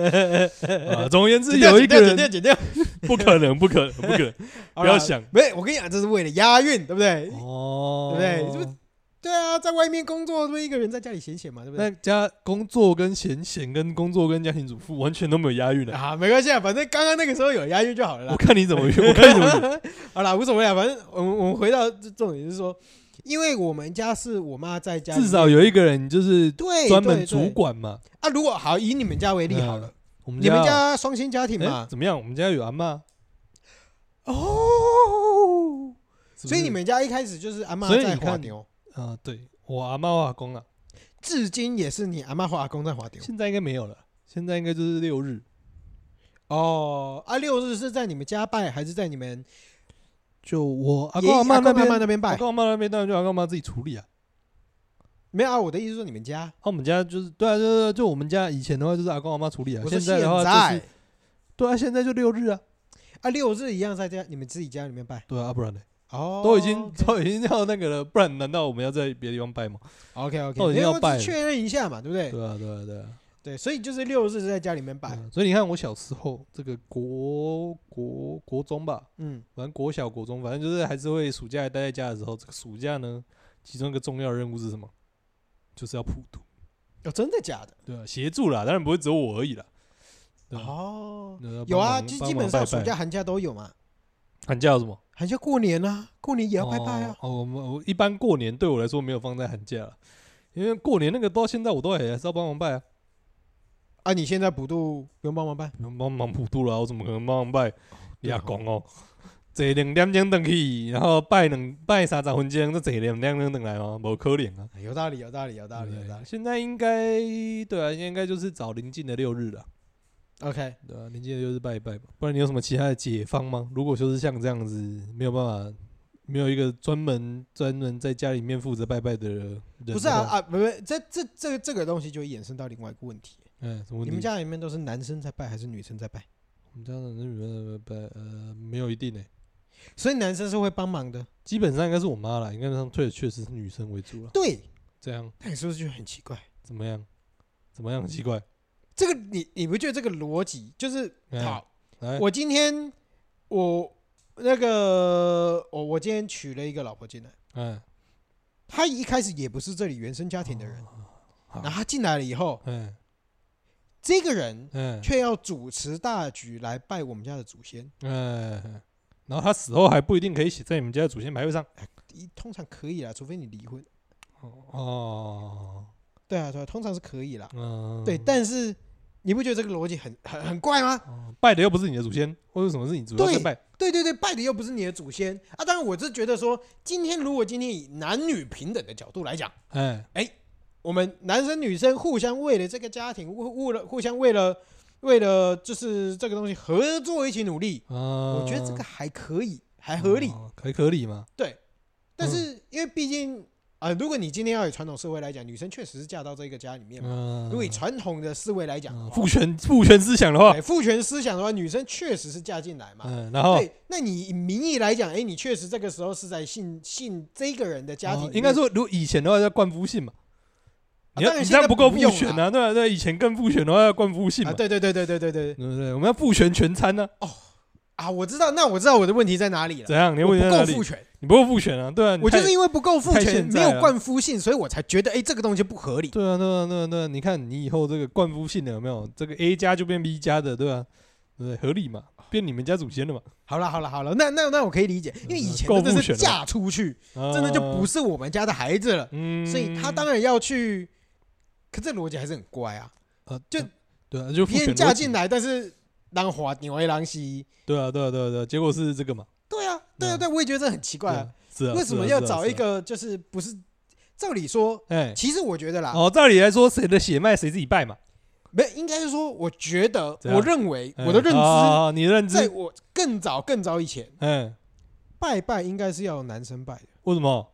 啊，总而言之，
剪掉
有一个
剪掉
人
剪掉，剪
不可能，不可能，不可能，
掉
不要。想
好啦没有，我跟你讲，这是为了押韵，对不对？
哦
对不对是不是对啊，在外面工作，对一个人在家里闲闲嘛，对不
那
对？
家工作跟闲闲跟工作跟家庭主妇完全都没有押韵的。
啊，没关系啊，反正刚刚那个时候有押韵就好了
我
啦。
看你怎么，我看你怎么，
好啦，无所谓啊，反正我们我们回到重点是说，因为我们家是我妈在家里面，
至少有一个人就是
对
专门
对对
主管嘛。
啊。如果好以你们家为例好了，
我们
你们
家
家双薪家庭
哎
嘛，
怎么样？我们家有阿妈，
哦，
哎是不是
所以你们家一开始就是阿妈
所以
在
你
滑
看
牛，
啊，对我阿妈我阿公啊，
至今也是你阿妈和阿公在滑牛。
现在应该没有了，现在应该就是六日
哦，啊，六日是在你们家拜还是在你们
就我阿
爷
公阿妈
阿公
那
阿
边，
妈那边
阿
拜？
公阿妈那边当然就阿公阿妈自己处理啊。
没有啊，我的意思说你们家，
啊，我们家就是对啊，就是就我们家以前的话就是阿公阿妈处理啊，
我说
现
在
在的话就是对啊，现在就六日啊，
啊，六日一样在家你们自己家里面拜。
对啊，啊不然呢？
哦，
都已经都已经要那个了，不然难道我们要在别的地方拜吗？
OK OK，
都已经要拜了
确认一下嘛，对不对？
对啊，对啊，对啊。
对，所以就是六日是在家里面拜。
嗯所以你看，我小时候这个国国国中吧，
嗯，
反正国小、国中，反正就是还是会暑假待在家的时候，这个暑假呢，其中一个重要的任务是什么？就是要普渡，
哦，真的假的？
对啊，协助啦，当然不会只有我而已啦。对啊
哦，
对要
有
帮
啊，
忙
基
帮
基本
忙
上
拜
暑
拜
假、寒假都有嘛，
寒假有什么？
寒假过年啊，过年也要拜拜啊。
哦，哦我们我一般过年对我来说没有放在寒假了，因为过年那个到现在我都还还是要帮忙拜啊，
啊，你现在普渡不用帮忙办，
不用帮忙普渡了，我怎么可能帮忙拜？你
对
阿
吼
公哦，坐两点钟回去，然后拜两拜三十分钟，再坐两点钟回来吗？无可能啊！
哎有道理，有道理，有道理，有
对
道理。
现在应该对啊，应该就是找临近的六日了，
OK，
对啊，临近的六日拜一拜吧。不然你有什么其他的解方吗？如果就是像这样子，没有办法，没有一个专门专门在家里面负责拜拜的人，
不是啊，啊，不不，这这这个这个东西就衍生到另外一个问题，
嗯，什么
你
问题？
们家里面都是男生在拜还是女生在拜？
我们家的女人拜拜呃没有一定呢、
所以男生是会帮忙的，
基本上应该是我妈啦，应该上退的确实是女生为主了。
对，
这样
那你是不是就很奇怪？
怎么样？怎么样？很奇怪，
这个你你不觉得这个逻辑就是
嗯
好？
来，
我今天我那个我我今天娶了一个老婆进来，
嗯，
她一开始也不是这里原生家庭的人，
哦
然后她进来了以后，
嗯
这个人
嗯
却要主持大局来拜我们家的祖先，
嗯，然后他死后还不一定可以写在你们家的祖先牌位上。
一通常可以啦，除非你离婚。
哦，
对啊，对啊，通常是可以啦。
嗯，
对，但是你不觉得这个逻辑很很很怪吗？
哦拜的又不是你的祖先，为什么是你祖先
对
拜？
对对对，拜的又不是你的祖先啊。当然，我是觉得说，今天如果今天以男女平等的角度来讲，
哎，
我们男生女生互相为了这个家庭，互为了互相为了为了就是这个东西合作一起努力，
我
我觉得这个还可以，还合理。
还哦合理嘛？
对，但是因为毕竟啊、呃如果你今天要以传统社会来讲，女生确实是嫁到这个家里面嘛。
嗯，
如果以传统的思维来讲，
嗯
哦
父权父权思想的话，
对父权思想的话，女生确实是嫁进来嘛。
嗯，然后
对，那你以名义来讲，哎，你确实这个时候是在信信这个人的家庭里
哦
面，
应该说，如果以前的话叫冠夫姓嘛。
啊
你要
当然
你
现
这样
在
不够
不
父
用
权
啦
啊，对啊对啊，以前更父权的话要冠夫姓
啊，
嘛，
对对对对对对对对
对不对？我们要父权全餐呢，
啊，我知道，那我知道我的问题在哪里了，
怎样？你的
啊我
问题
不
在哪
够
里
父？权，
你不够父权啊，对啊，你
我就
太
是因为不够父
太
权，
现
没
在
有
了
冠夫姓，所以我才觉得哎，这个东西不合理。
对啊，对啊，对啊，对啊！你看，你以后这个冠夫姓的有没有？这个 A 加就变 B 加的，对吧、对不对？合理嘛？变你们家祖先了嘛？
好了好了好了，那那那我可以理解，因为以前
够
真的
嗯父权
是
了
嫁出去，
啊
真的就不，是我们家的孩子了，
嗯
所以他当然要去。可这逻辑还是很怪啊，
啊，
就
啊对啊，就父
别人
权
嫁
逻辑
进，来，但是让华牛一郎西，
对啊，对啊，对啊，对啊，结果是这个嘛？
对啊，对啊，
嗯
对啊，我也觉得这很奇
对
怪啊，
啊，是啊，
为什么要找一
是啊？
个就是不是？照理说，
是啊哎，
其实我觉得啦，
哦，照理来说，谁的血脉谁自己拜嘛？
没有应该是说，我觉得，
怎样
我认为
哎
我的认知，
哦你的认
在
知，
我更早更早以前，
嗯，
拜拜应该是要有男生拜的。
为什么？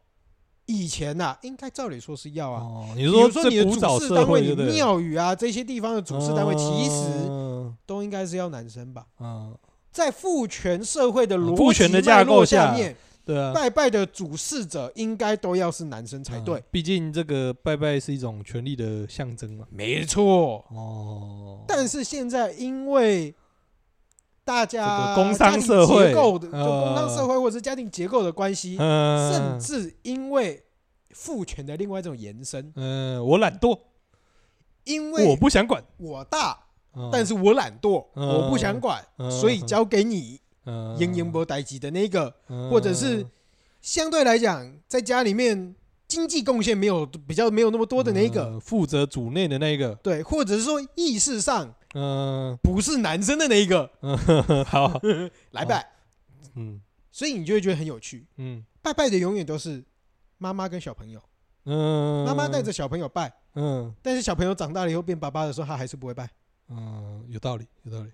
以前呐、应该照理说是要啊。
哦，你
比
说
如
这
说你的
古早
主事
社
单位、
会
你
对不对？
庙宇啊这些地方的主事单位，其实
嗯
都应该是要男生吧。
嗯，
在父权社会的
嗯
逻
父权
辑
的架
脉
构
络
下
下面，
对啊，
拜拜的主事者应该都要是男生才
嗯
对。
毕竟这个拜拜是一种权力的象征嘛。
没错，
哦，
但是现在因为大
这个
家
工商
家庭
社会
结构的，就
呃
工商社会或者是家庭结构的关系，甚
嗯，
至因为父权的另外一种延伸，
嗯，我懒惰，
因
我
为
不想管，
我大，
嗯
但是我懒惰，
嗯
我不想管，
嗯
所以交给你
嗯
英英波代级的那个，
嗯
或者是相对来讲，在家里面经济贡献没有比较没有那么多的那一个，
呃负责组内的那一个，
对，或者是说意识上
嗯
不是男生的那一个
嗯， 好，
来拜，
嗯
所以你就会觉得很有趣。
嗯
拜拜的永远都是妈妈跟小朋友，
嗯，
妈妈带着小朋友拜，
嗯
但是小朋友长大了以后变爸爸的时候，他还是不会拜。
嗯，有道理，有道理。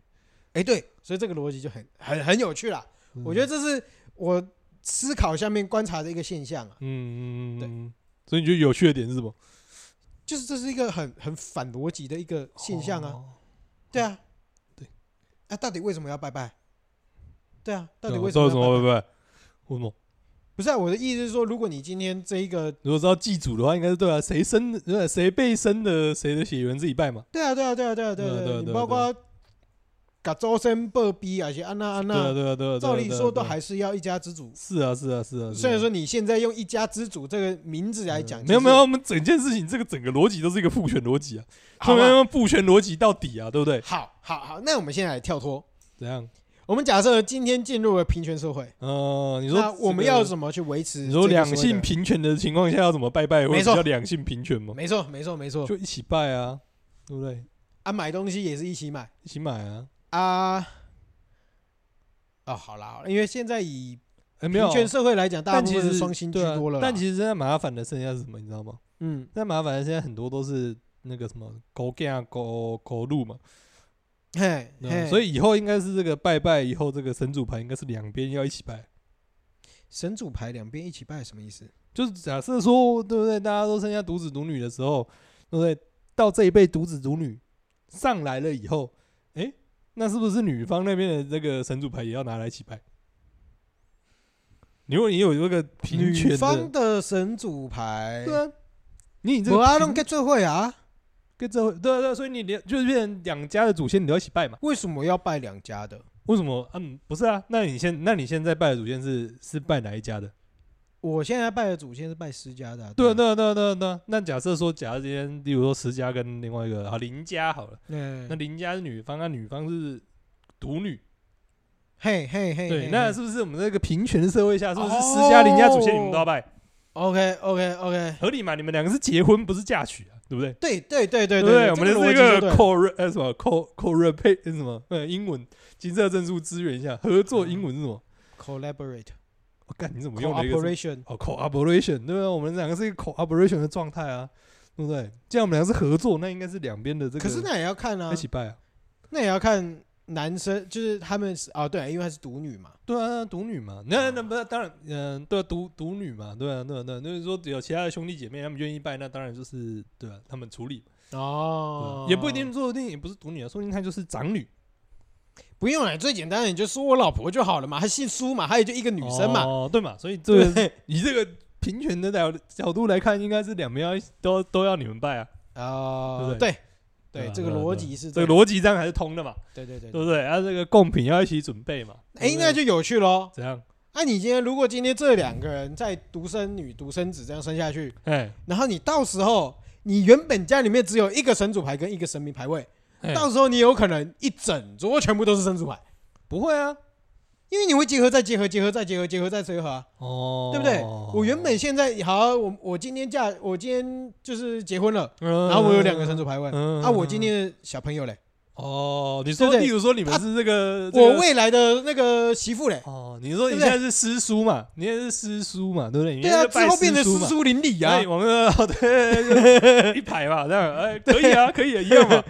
哎，对，所以这个逻辑就很很很有趣啦。
嗯
我觉得，这是我思考下面观察的一个现象啊，
嗯嗯嗯，
对
嗯所以你觉得有趣的点是什么？
就是这是一个很很反逻辑的一个现象啊。
哦，
对啊，
对，
那、到底为什么要拜拜？对啊，到底
对啊
为
我
什
知
么
道为
要拜
什么
拜？
拜拜？为什么？
不是啊，我的意思是说，如果你今天这一个，
如果知道祭祖的话，应该是对啊，谁生的对啊谁被生的，谁的血缘自己拜嘛。
对啊，对啊，对啊，对啊，对啊，
对啊
对
对
啊，
啊
你
对啊
包括甲周生伯逼，而且安娜安
对啊，
娜，
对啊，对啊。
照
对啊
理
对啊
说都
对啊
还是要一家之主。
是啊，是啊，是啊。是啊
虽然说你现在用“一家之主”这个名字来讲，
嗯
其实
没有没有，，我们整件事情这个整个逻辑都是一个父权逻辑啊，他
好
们
吧，
用父权逻辑到底啊，对不对？
好好好，那我们现在来跳脱。
怎样？
我们假设今天进入了平权社会，
呃，你说
那
这
我们
个
要怎么去维持？
你说两性，平权的情况下要怎么拜拜？会
没
比
错
较两性平权吗？
没错，没错，没错。
就一起拜啊，对不对？
啊，买东西也是一起买。
一起买啊。
啊，哦，好啦，因为现在以
哎，没有
平，权社会来讲，大
但
部
其
分
实
是双薪居
对啊
多了啦。
但其实现在麻烦的剩下是什么？你知道吗？
嗯，
现在麻烦的现在很多都是那个什么狗干啊狗狗路嘛，
嘿，
对吧
嘿
所以以后应该是这个拜拜以后这个神主牌应该是两边要一起拜。
神主牌两边一起拜什么意思？
就是假设说，对不对？大家都生下独子独女的时候，对不对？到这一辈独子独女上来了以后，诶，那是不是女方那边的这个神主牌也要拿来一起拜？如果你有这个平权
女
的，
方的神主牌，
对啊，你以这
我阿
个
龙
平
该最会啊，
跟这对啊对啊，所以你连就是变成两家的祖先你都要一起拜嘛？
为什么要拜两家的？
为什么？嗯，不是啊，那你现那你现在拜的祖先是是拜哪一家的？
我现在拜的祖先是拜施家的啊，
对啊，
啊，
对啊，对啊，对啊，对啊。那假设说，假设今天，例如说石家跟另外一个好林家好了。
嗯
那林家是女方，那女方是独女，
嘿嘿嘿，
对，
嘿
那
嘿
是不是我们这个平权社会下，是不是私家林家祖先你们都要拜，
OK OK OK，
合理嘛？你们两个是结婚不是嫁娶啊，对不对？
对对对对
对不对，我们
这
是一
逻辑就对
个
了
co 呃什么 co co 配什么呃英文金色证书支援一下，合作英文是什么？
collaborate
我 干你怎么用了一个什么
cooperation，
哦 cooperation 对不对？啊我们两个是一个 cooperation 的状态啊，对不对？既然我们两个是合作，那应该是两边的这
可是
个
那也要看啊
一，起拜啊，
那也要看男生，就是他们是哦，对，因为她是独女嘛，
对啊，那独女嘛，那那不当然，嗯、对、啊，独独女嘛，对啊，对啊，对啊，就是说有其他的兄弟姐妹，他们愿意拜，那当然就是对啊，他们处理，对啊
哦
也不一定，说不定也不是独女啊，说不定她就是长女，
不用了，最简单的你就说我老婆就好了嘛，她姓苏嘛，还有就一个女生嘛，
哦，对嘛，所以这
对不
个
对
以这个平权的角角度来看，应该是两边要一都都要你们拜啊，
啊
对不
对对，
对啊
这个
对啊
逻
对啊
辑是
这个
样
逻辑这样还是通的嘛，
对对对
对
对，
不对？啊，这个贡品要一起准备嘛，
哎，
对不对
那就有趣喽。
怎样？
那你今天如果今天这两个人在独生女、独生子这样生下去，
哎，
然后你到时候你原本家里面只有一个神主牌跟一个神明牌位，
哎
到时候你有可能一整桌全部都是神主牌，
不会啊，
因为你会结合再结合，结合再结合，结合再结合啊。
哦，
对不对？我原本现在好，我我今天嫁，我今天就是结婚了，
嗯，
然
然
后我有两个神主牌位，
嗯
啊，我今天的小朋友嘞，
哦，你
对
说，
不对啊
例如说你们是这个，这
我
个
未来的那个媳妇嘞，
哦，你说
对
你
不对
现在是师叔嘛，你现在是师叔嘛，对不对？你
对
现
啊，
在
之
拜
后变成
叔
师
嘛，
叔邻里啊
那，我们哦对，就是一排嘛，这样，哎，可以啊，可以啊，一样 嘛，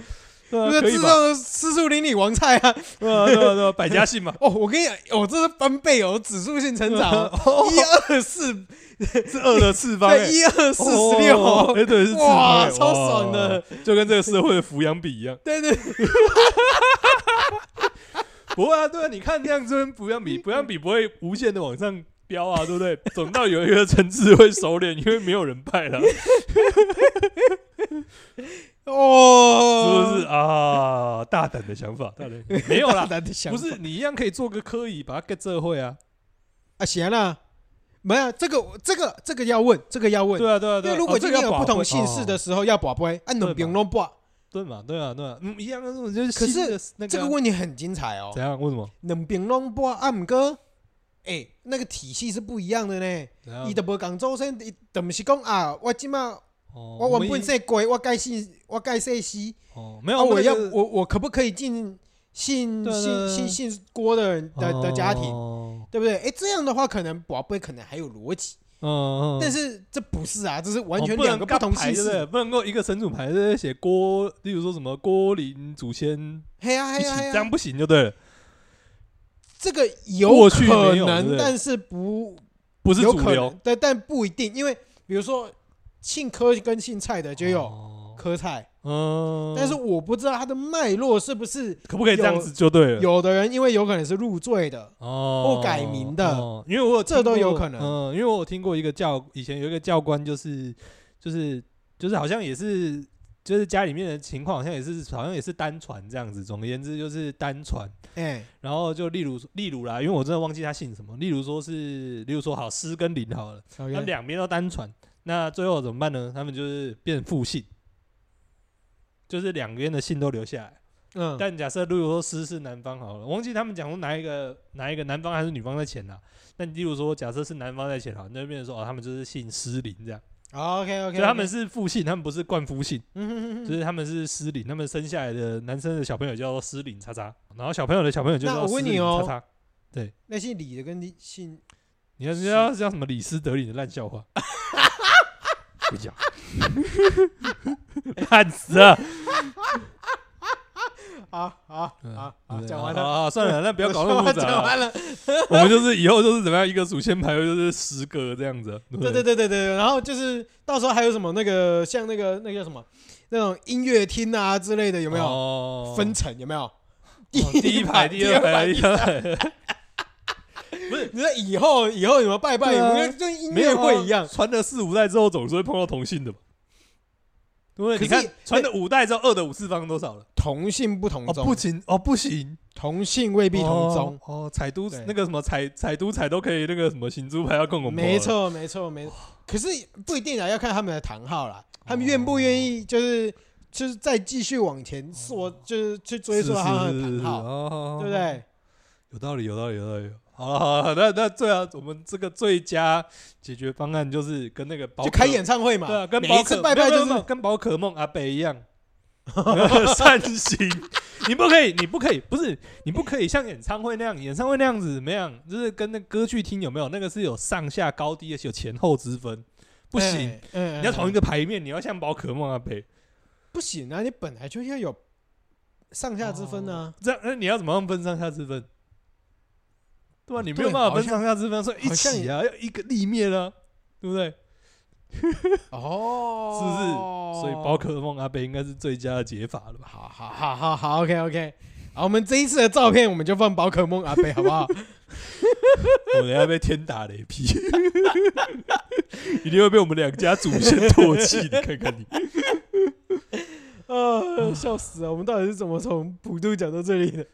对啊
那
可
个
以
之
嘛，
后师叔邻里王菜啊，
对啊对啊对啊，百家姓嘛，
哦，我跟你讲，我这是翻倍哦，指数性 成 长哦，一二四，
是二的次方，
对，
哎
一二四十
哦
六，
哎，对，是次方
哇
哎
超爽的
哇就跟这个社会的抚养比一样。
对对，
不会啊，对啊，你看这样子跟抚 养比，抚养比不会无限的往上飙啊，对不对？总到有一个层次会收敛，因为没有人拜 了。
哦，
是不是？啊？大胆的想法，大胆没有 啦，
难的想
不
法，
是你一样可以做个科仪，把它给社会啊。
啊，行啦，没有这个这个这个要问，这个要问。
对啊，对啊，
因
对
为
啊。
如果
哦这
今
个
天
要
有
把
不同
关
姓氏的
哦
时候要把关，啊按
对
侬
嘛
不用弄挂，
对嘛，对啊，对啊，嗯，一样的，我就是
可
新
是
的那
这个
啊
问题很精彩哦
怎。样？为什么？
两边拢播啊，毋过哎、那个体系是不一样的呢。
然后
伊都无共祖先，伊都毋是讲啊，我即马
嗯哦
我原
们
本
一
说鬼，我改姓，我改姓西，
哦没
啊，
有，
我
们那
要
个
我我可不可以进姓
对对
姓
对
姓姓郭的人的的家庭，
哦
对不对？哎，这样的话可能宝贝可能还有逻辑，
嗯嗯，
但
是
是这不是啊，这是完全
哦不能
两个
杠
不同
牌
姓
对不对
氏。
不能够一个神主牌在那写郭，例如说什么郭林祖先
嘿哎呀
一
嘿
起
呀嘿
这
呀
样，不行就对了，
这个有
过去没有
可
对
能，
不对
但是不
不是
有
主
可
流
能，对，但不一定，因为比如说姓柯跟姓蔡的就有
哦
柯蔡，
嗯，
但是我不知道它的脉络是不是
可不可以这样子就对了？
有的人因为有可能是入赘的，
哦，
不改名的
哦，因为我有
这都
听过
有可能
嗯，因为我有听过一个教，以前有一个教官，就是就是就是好像也是，就是家里面的情况好像也是，好像也是单传这样子。总而言之，就是单传。
哎，
然后就例如例如啦，因为我真的忘记他姓什么。例如说是，例如说好诗跟林好了，
好
他
耶
们两边都单传，那最后怎么办呢？他们就是变复姓，就是两边的姓都留下来。
嗯，
但假设如果说诗是男方好了，我忘记他们讲过哪一个哪一个男方还是女方在前啦、那你例如说假设是男方在前好，那就变成说哦，他们就是姓诗林这样，
OK OK，
所以他们是父姓，他们不是冠夫姓，
嗯，
就是他们是诗林，他们生下来的男生的小朋友叫做诗林叉叉，然后小朋友的小朋友就
那
叫
我
诗
问
林
你哦
叉叉。
那姓李的跟李姓
你看，这叫叫什么李斯德林的烂笑话， 不讲， 烂死了。
啊啊
嗯
啊
对
啊，
对
讲完
好
了，
好好算了，那不要搞那么
我
复杂
讲
啊了。
完了，
我们就是以后就是怎么样一个祖先排位就是十个这样子，啊对不
对对对对对，然后就是到时候还有什么那个像那个那个叫什么那种音乐厅啊之类的，有
有
没有
有
分层？有没有？
哦第一 排、第二排、第三排？
你说以后以后有没有拜拜？
对
有
啊
没有跟音
没
乐
有
会一样？
传了四五代之后，总是会碰到同性的嘛。对不对，
可
你
是
看传了五代之后，二的五次方多少了？
同性不同
哦，不
宗，
行，哦，不行，
同性未必同宗。
哦，彩都
对
那个什么彩彩都彩都可以那个什么哦行猪排要共共
没，错，没错，没错。可是不一定啊，要看他们的堂号啦，
哦
他们愿不愿意就是就是再继续往前说，
哦
就是去追溯他们的堂号，
号
对不？对？
哦有道理，有道理，有道理。好了好了，那那最啊，我们这个最佳解决方案就是跟那个宝
就
可
开演唱会嘛，
对啊，跟
每
宝
一次
可
拜拜就
没有没有没有
是
跟宝可梦阿北 一样善行。你不可以，你不可以，不是你不可以像演唱会那样，演唱会那样子怎么样？就是跟那歌剧厅有没有那个是有上下高低，而且有前后之分，不行。
哎，嗯，
你要同一
个
个牌面，你要像宝可梦阿北
不行啊，你本来就要有上下之分啊。
这样，那你要怎么样分上下之分？对啊，你没
对
有办
好
法分上下之分，所以一
好像
起啊，要一个立灭了，对不对？
哦，
是不是所以宝可梦啊阿北应该是最佳的解法 了吧？
好好好好好，OK OK。好，我们这一次的照片我们就放宝可梦阿贝，好不好？
我等下被天打雷劈， 一定会被我们两家祖先唾弃。你看看你，
呃，笑死了，我们到底是怎么从普渡讲到这里的？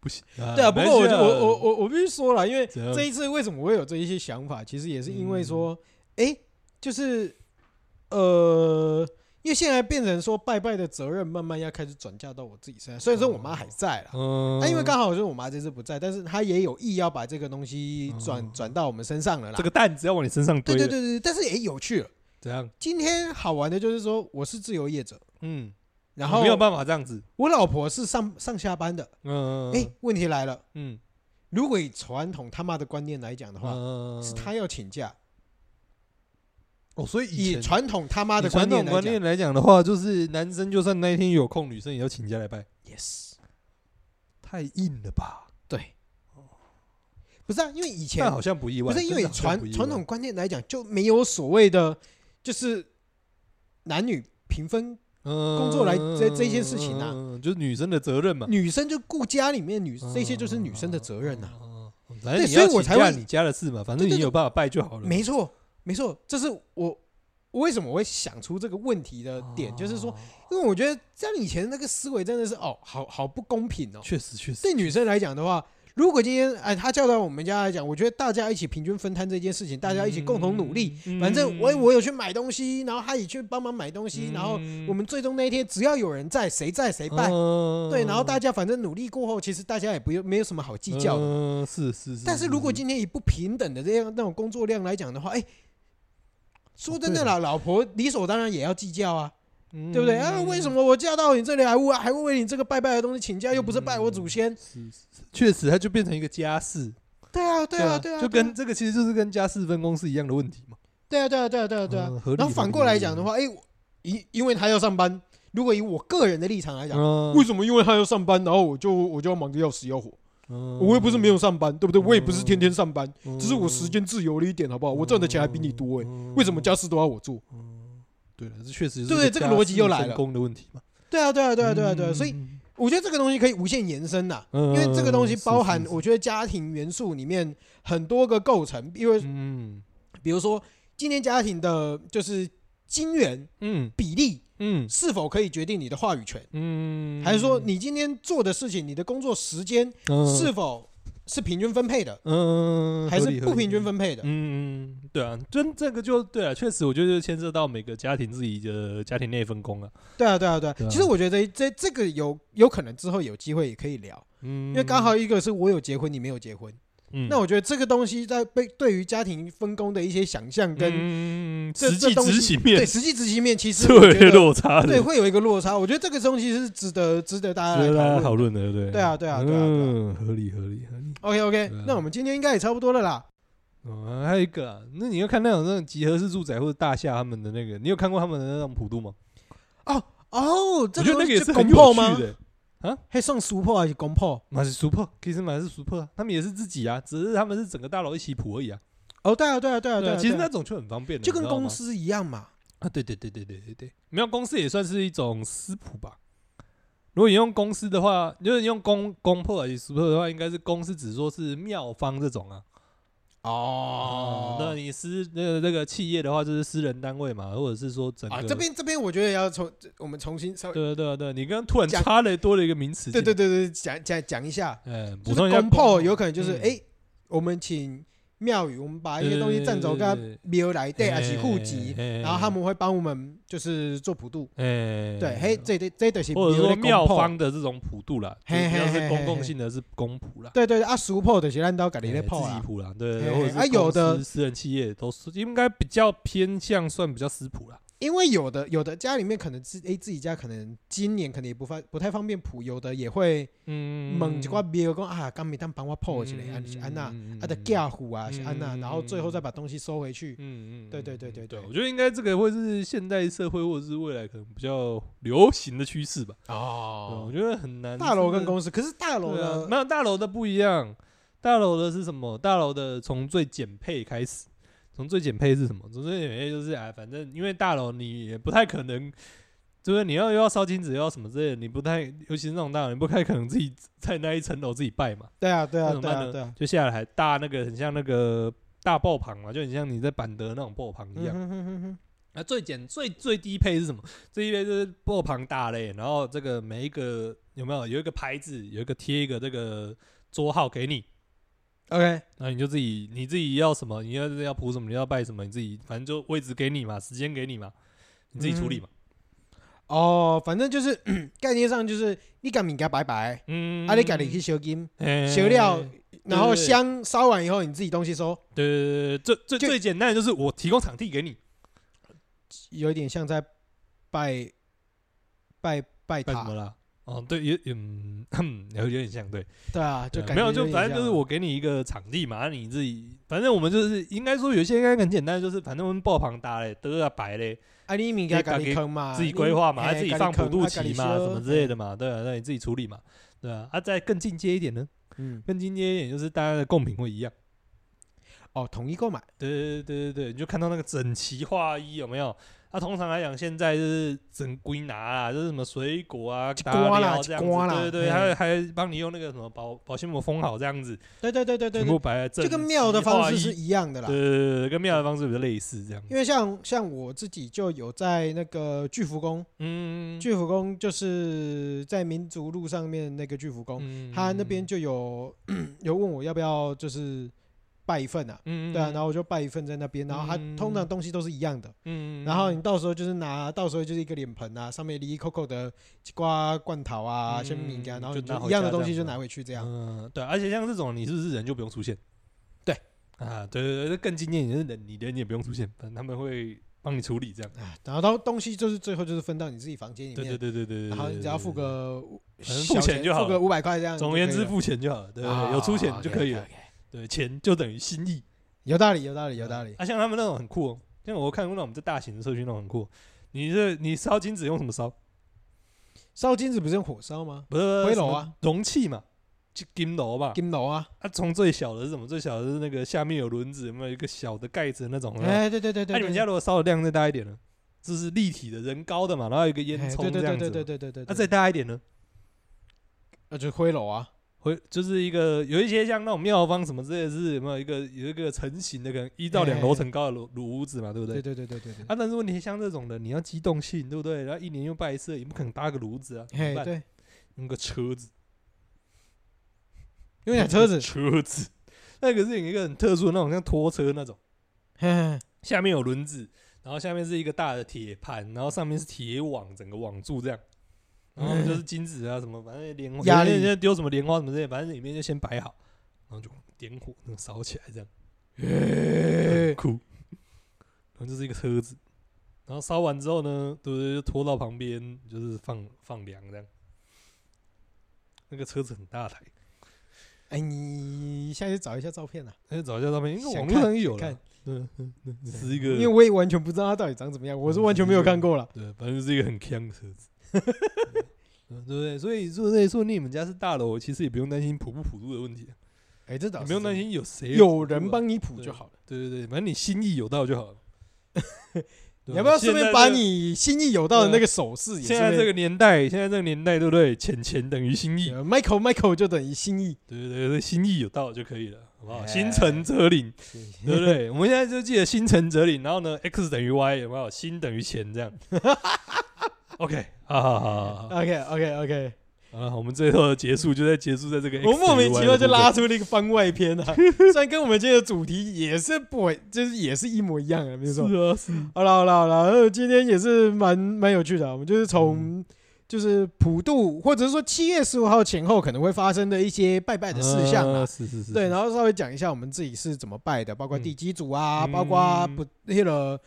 不行。啊
对啊，不过我就我我
我
我我必须说了，因为
怎样
这一次为什么我会有这一些想法，其实也是因为说，哎、就是呃，因为现在变成说拜拜的责任慢慢要开始转嫁到我自己身上，虽然说我妈还在啦，啊
嗯
那、因为刚好就是我妈这次不在，但是她也有意要把这个东西转
嗯
转到我们身上了啦。
这个担子要往你身上堆
对
了，
对对对，但是也有趣了。
怎样？
今天好玩的就是说，我是自由业者，
嗯，
然后
没有办法这样子。
我老婆是上上下班的。
嗯，
哎、问题来了，
嗯，
如果以传统他妈的观念来讲的话，
嗯
是他要请假。
哦，所以以
以
前
传统他妈的
以传统
念来
观
讲
念来讲的话，就是男生就算那一天有空，女生也要请假来拜，
，yes，
太硬了吧？
对，不是啊，因为以前
但好像不意
不
外，
是因
真的
为
好像
传
不意外
传统观念来讲就没有所谓的就是男女平分，
工
作来这这件事情啊
就是女生的责任 嘛。
女生就顾家里面女
嗯
这些就是女生的责任呐、啊，
嗯嗯嗯反
对
正你
所以
要
我
请
才会
假你家的事嘛，反正
对对
你有办法拜就好了。
没错没错，这是我我为什么我会想出这个问题的点，就是说
哦，，
因为我觉得像以前那个思维真的是哦，好好不公平哦，
确实确实，
对女生来讲的话，如果今天哎，他叫到我们家来讲，我觉得大家一起平均分摊这件事情，大家一起共同努力。
嗯，
反正我
嗯
我有去买东西，然后他也去帮忙买东西，然后我们最终那一天只要有人在，谁在谁办。
嗯
对，然后大家反正努力过后，其实大家也不用没有什么好计较的。
嗯，是是是。
但是如果今天以不平等的这样那种工作量来讲的话，哎、说真的啦，老婆理所当然也要计较啊，
哦嗯
对不对？啊，为什？么我嫁到你这里还为还会为你这个拜拜的东西请假，又不是拜我祖先？
是是是确实，它就变成一个家事。
对啊，对啊，对啊，
就
对啊
跟这个其实就是跟家事分工是一样的问题嘛。
对啊，对啊，对啊，对啊，对啊
嗯合。理
然后反过来讲的话，哎，因因为他要上班，如果以我个人的立
嗯
场来讲，为什么因为他要上班，然后我就我就要忙得要死要活？我
我
又不是没有上班，对不对？
嗯
我也不是天天上班，
有
只是我时间自由了一点，好不好？
嗯
我赚的钱还比你多哎，为什么？家事都要我做？
对了，这确实是
对这个逻辑又来了
家事分工的问题嘛。
对啊，对啊，对啊，对啊，对啊。
嗯
所以，我觉得这个东西可以无限延伸呐，
因
因为这个东西包含
嗯是是
我觉得家庭元素里面很多个构成，因为
嗯
比如说今天家庭的就是金源
嗯
比例
嗯
是否可以决定你的话语权。
嗯，
还是说你今天做的事情，你的工作时间
嗯
是否是平均分配的，
嗯
还是不平均
分？
分配的？
嗯，对啊，就这个就对啊，确实，我觉得就牵涉到每个家庭自己的家庭内分工了。
对啊，对啊，对啊
对。啊
其实我觉得这这个有有可能之后有机会也可以聊，
嗯，
因为刚好一个是我有结婚，你没有结婚，
嗯，
那我觉得这个东西在被对于家庭分工的一些想象跟
跟
这
嗯实
这
际
东
执
西
行
对
面
实际执行面，其实
是
我
有
觉
点
得
落差的，
对会有一个落差。我觉得这个东西是值得值得大家
值得大
来
家
讨
讨
论。
论的，对不对？
对啊对啊对啊对
嗯，合理合理合理。
OK OK，
对啊
那我们今天应该也差不多了啦。
嗯，还有一个啊，那你要看那种那种集合式住宅或者大厦他们的那个，你有看过他们的那种普渡吗？
哦，
我
这
觉
个
得那
东
个
西
也
是
是
公
很有
破吗
趣？的。
还算熟破还是公破？
马是 super，其实马是 super，啊他们也是自己啊，只是他们是整个大楼一起普而已啊。
哦，对啊，对啊，对啊，对啊，
其实
对啊
那种就很方便的，
就
你
跟
知道
公
吗
司一样嘛。
啊，对对对对对对对，没有公司也算是一种私普吧。如果你用公司的话，就是你用公公破还是私破的话，应该是公司只说是妙方这种啊。
哦
嗯那你私那个那个企业的话，就是私人单位嘛，或者是说整个、
啊，这边这边我觉得要从我们重新稍微
对啊对啊对啊，你刚刚突然
讲
插了多了一个名词，
对对，对对讲讲讲一下，
嗯，补
就是
充一下
公炮有可能就是
嗯
哎，我们请庙宇，我们把一些东西占走，
对对对
跟庙来对，还是户籍，
嘿
然后他们会帮我们就是做普渡，
哎
对，嘿，这这这都是
或者说
在
妙
公炮，
方的这种普渡啦，就
嘿
比
嘿
较
嘿
是公
嘿
共性的是公普啦。
对对对啊，熟破的是咱都家己
哎
在泡
自己
啊，
谱啦，对，
嘿
对或者
啊
是
有
公
的
司私人企业都是应该比较偏向算比较私谱啦。
因为有的有的家里面可能自哎自己家可能今年可能也不方不太方便普，有的也会
嗯
问一挂庙讲啊，刚没当帮我破起来，啊是安娜。啊的嫁虎啊，是安娜，
嗯
然后最后再把东西收回去。
嗯嗯，
对对对
嗯
对对
我觉得应该这个会是现代社会或者是未来可能比较流行的趋势吧。对我
哦，
觉得很难。
大楼跟
真的
公司，可是大楼
对啊，
呢？
没有大楼的不一样。大楼的是什么？大楼的从最简配开始，从最简配是什么？从最简配就是啊，反正因为大楼你也不太可能，就是你要又要烧金纸，又要什么之类的，你不太，尤其是那种大楼，你不太可能自己在那一层楼自己拜嘛，
对啊，对
那
啊，
怎么
对
办
啊，
呢
对啊。
就下来还搭那个很像那个大爆棚嘛，就很像你在板德那种爆棚一
嗯
样。
哼哼哼哼
那、最简最最低配是什么？最低配就是波旁大类，然后这个每一个有没有有一个牌子，有一个贴一个这个桌号给你，
OK，
那你就自己你自己要什么，你要是要谱什么，你要拜什么，你自己反正就位置给你嘛，时间给你嘛，你自己处理嘛。
哦，反正就是 概念上就是你赶紧给它拜拜，
嗯，
啊，你赶紧去烧金，
哎
烧了，然后
对对
香烧完以后，你自己东西收，
对对对对，最最
就
最简单的就是我提供场地给你，
有点像在拜拜拜
拜什
塔，
么啦？哦，对，也嗯， 有有点像对。
对啊，就
对啊
感
没
觉
有，就
点
反正就是
像
我给你一个场地嘛，啊你自己，反正我们就是应该说有一些应该很简单，就是反正我们爆棚搭嘞、得啊白嘞，
啊，你米
自
该
己
赶紧
自己
坑嘛，
自己
你
规划嘛，
嘿
啊自己
自己
放普
坑
渡
啊
旗
自己
嘛，
修
什么之类的嘛，对啊，那你自己处理嘛，对啊，啊再更进阶一点呢，
嗯，
更进阶一点就是大家的贡品会一样，
哦，统一购买，
对对对对对，你就看到那个整齐划一有没有？啊，通常来讲，现在就是整归拿啦，就是什么水果啊、
一
打
瓜啦
料这样
一瓜
子，
啦
对对对，
嘿
还还帮你用那个什么保保鲜膜封好这样子，
对对对对对
全
对
部，摆在正
这跟庙的
极化
方式
一
是一样的啦
对。对对对对，跟庙的方式比较类似这样。
因为像像我自己就有在那个巨福宫，
嗯，
巨福宫就是在民族路上面那个巨福宫，
嗯
他那边就有 有问我要不要就是拜一份啊，
嗯
对啊，然后我就拜一份在那边，然后他
嗯
通常东西都是一样的，
嗯，
然后你到时候就是拿，到时候就是一个脸盆啊，上面离扣扣的瓜罐头啊，
嗯
什么饼干，然后
就
你
拿
就
回
一样的
家
东
这
西
样
就
子啊
拿回去这样。
嗯，对，而且像这种你是不是人就不用出现？
对
啊，对对对，这更经典，你是人，你人也不用出现，反正他们会帮你处理这样。
啊，然后到东西就是最后就是分到你自己房间里
对对
面，
对对对对，
然后你只要付
对，
个五
反正
小
付钱就好
付个
了
五百块这样
对
就
对对总
可
而
以了。
言之付钱就好了，对对
啊
对，有出钱就可以。了，
OK，OK，OK
对，钱就等于心意，
有道理，有道理，有道理。
啊，像他们那种很酷，哦，像我看过那种在大型的社区那种很酷，哦你这你烧金子用什么烧？
烧金子不是用火烧吗？
不是
灰炉啊，
什么容器嘛，就金楼嘛。
金楼啊，
啊，从最小的是什么？最小的是那个下面有轮子，有没有一个小的盖子那哦种？有没有
哎，对对对对，
那、你们
对
家如果烧的量再大一点呢？就是立体的人高的嘛，然后有一个烟
哎
囱
对对
这样
对对对
子嘛。
对对对，
那、再大一点呢？
那就是灰楼啊，
会就是一个有一些像那种庙方什么之类的是有没有一个有一个成型的，可能一到两楼层高的炉炉子嘛，对不对？
哎对对对对对对，
啊，但是问题像这种的，你要机动性，对不对？然后一年又拜一次，也不可能搭个炉子啊，怎么
哎
办
对，
用个车子，
用辆啊车子，
车子，那个是有一个很特殊的那种，像拖车那种，
嘿嘿
下面有轮子，然后下面是一个大的铁盘，然后上面是铁网，整个网住这样。然后他们就是金子啊什么，反正莲花，
压
有些人
力
就丢什么莲花什么之类，反正里面就先摆好，然后就点火，那个烧起来这样，
嘿
很，酷。然后就是一个车子，然后烧完之后呢，对不对？就拖到旁边，就是放放凉这样。那个车子很大台，
哎，你下去找一下照片啊，
那就找一下照片，应该
想
网络上
看
也有
想
了
看。
嗯，嗯嗯只是一个，
因为我也完全不知道它到底长怎么样，我是完全没有看过了。
对，反正是一个很强的车子， 嗯对不对？所以说，那说你们家是大楼，其实也不用担心普不普度的问题，
哎，这倒
也
是
不用担
真的
心有谁
有
普
人
渡啊。
帮你谱就好了。
对对对，反正你心意有到就 好了。对
你要不要
现
顺
在
便把
这个
你心意有到的那个手势也
现在这个年代，现在这个年代，对不对？钱钱等于心意，
个 Michael Michael 呃就等于心意，
对对对，对心意有到就可以了，好不好？
哎
心诚则灵， 对不 对？我们现在就记得心诚则灵，然后呢，x 等于 y，有没有？心等于钱这样。OK，好好好好好。
OK OK OK，
好了，我们最后的结束就在结束在这个 X
我莫名其妙就拉
等
出
于 Y 的部分。
了一个番外篇 啊，虽然跟我们今天的主题也是不会，就是也是一模一样啊，没错。
是啊，是
好了好了好了，呃今天也是蛮蛮有趣的啊，我们就是从。
嗯
就是普渡，或者是说七月十五号前后可能会发生的一些拜拜的事项啊
啊，，是是是，
对，
后
然后稍微讲一下我们自己是怎么拜的，包括
嗯
地基组啊，
嗯
包括不那个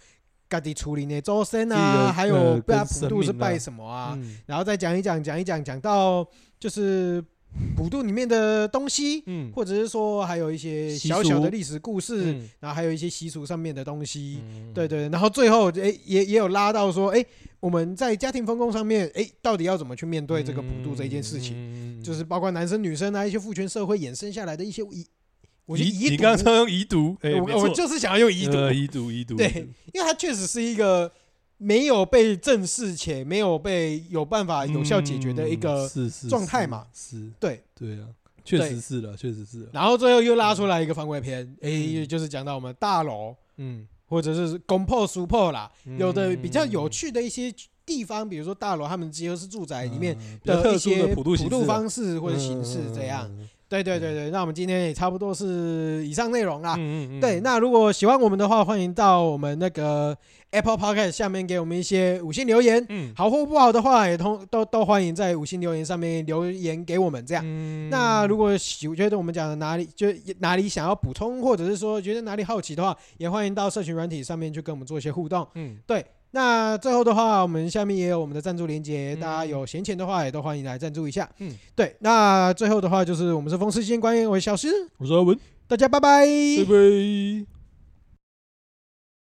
家己处理的周身
自己
啊，
的
还
呃
有拜
跟
普
神
渡是
明啊
拜什么啊，
嗯
然后再讲一讲，讲一讲，讲到就是普渡里面的东西，
嗯，
或者是说还有一些
习
小小
俗
的历史故事，然后还有一些习俗上面的东西。
嗯
对，对，然后最后诶也也有拉到说，诶我们在家庭分工上面，诶到底要怎么去面对这个普渡这一件事情？
情
就是包括男生女生啊，一些父权社会衍生下来的一些遗，我觉得
遗
遗
你
毒，
刚刚说用遗毒，哎，没
我我
错
就是想要用遗毒，
呃遗毒遗毒，
对
遗毒，
因为它确实是一个没有被正视且没有被有办法有效解决的一
嗯
个
是是
状态嘛，
是是
对。
对啊，确实是了，确实是了，
然后最后又拉出来一个番外篇，诶，
嗯
就是讲到我们大楼
嗯，
或者是攻破、熟破啦，有的比较有
嗯
趣的一些地方，比如说大楼他们集合式住宅里面
嗯比较
的
特
一
殊
些
普渡形式啊嗯
方式或者形式这样。，对对对对，那我们今天也差不多是以上内容啦。
嗯嗯嗯嗯嗯
对，那如果喜欢我们的话，欢迎到我们那个 Apple Podcast 下面给我们一些五星留言，
嗯
好或不好的话，也通都都欢迎在五星留言上面留言给我们。这样，
嗯
那如果喜觉得我们讲的哪里就哪里想要补充，或者是说觉得哪里好奇的话，也欢迎到社群软体上面去跟我们做一些互动。
嗯
那最后的话，我们下面也有我们的赞助连接，
嗯
大家有闲钱的话也都欢迎来赞助一下。
嗯，
对，那最后的话就是我们是风湿性关节炎，我是小诗，
我是阿文，
大家拜拜
拜拜。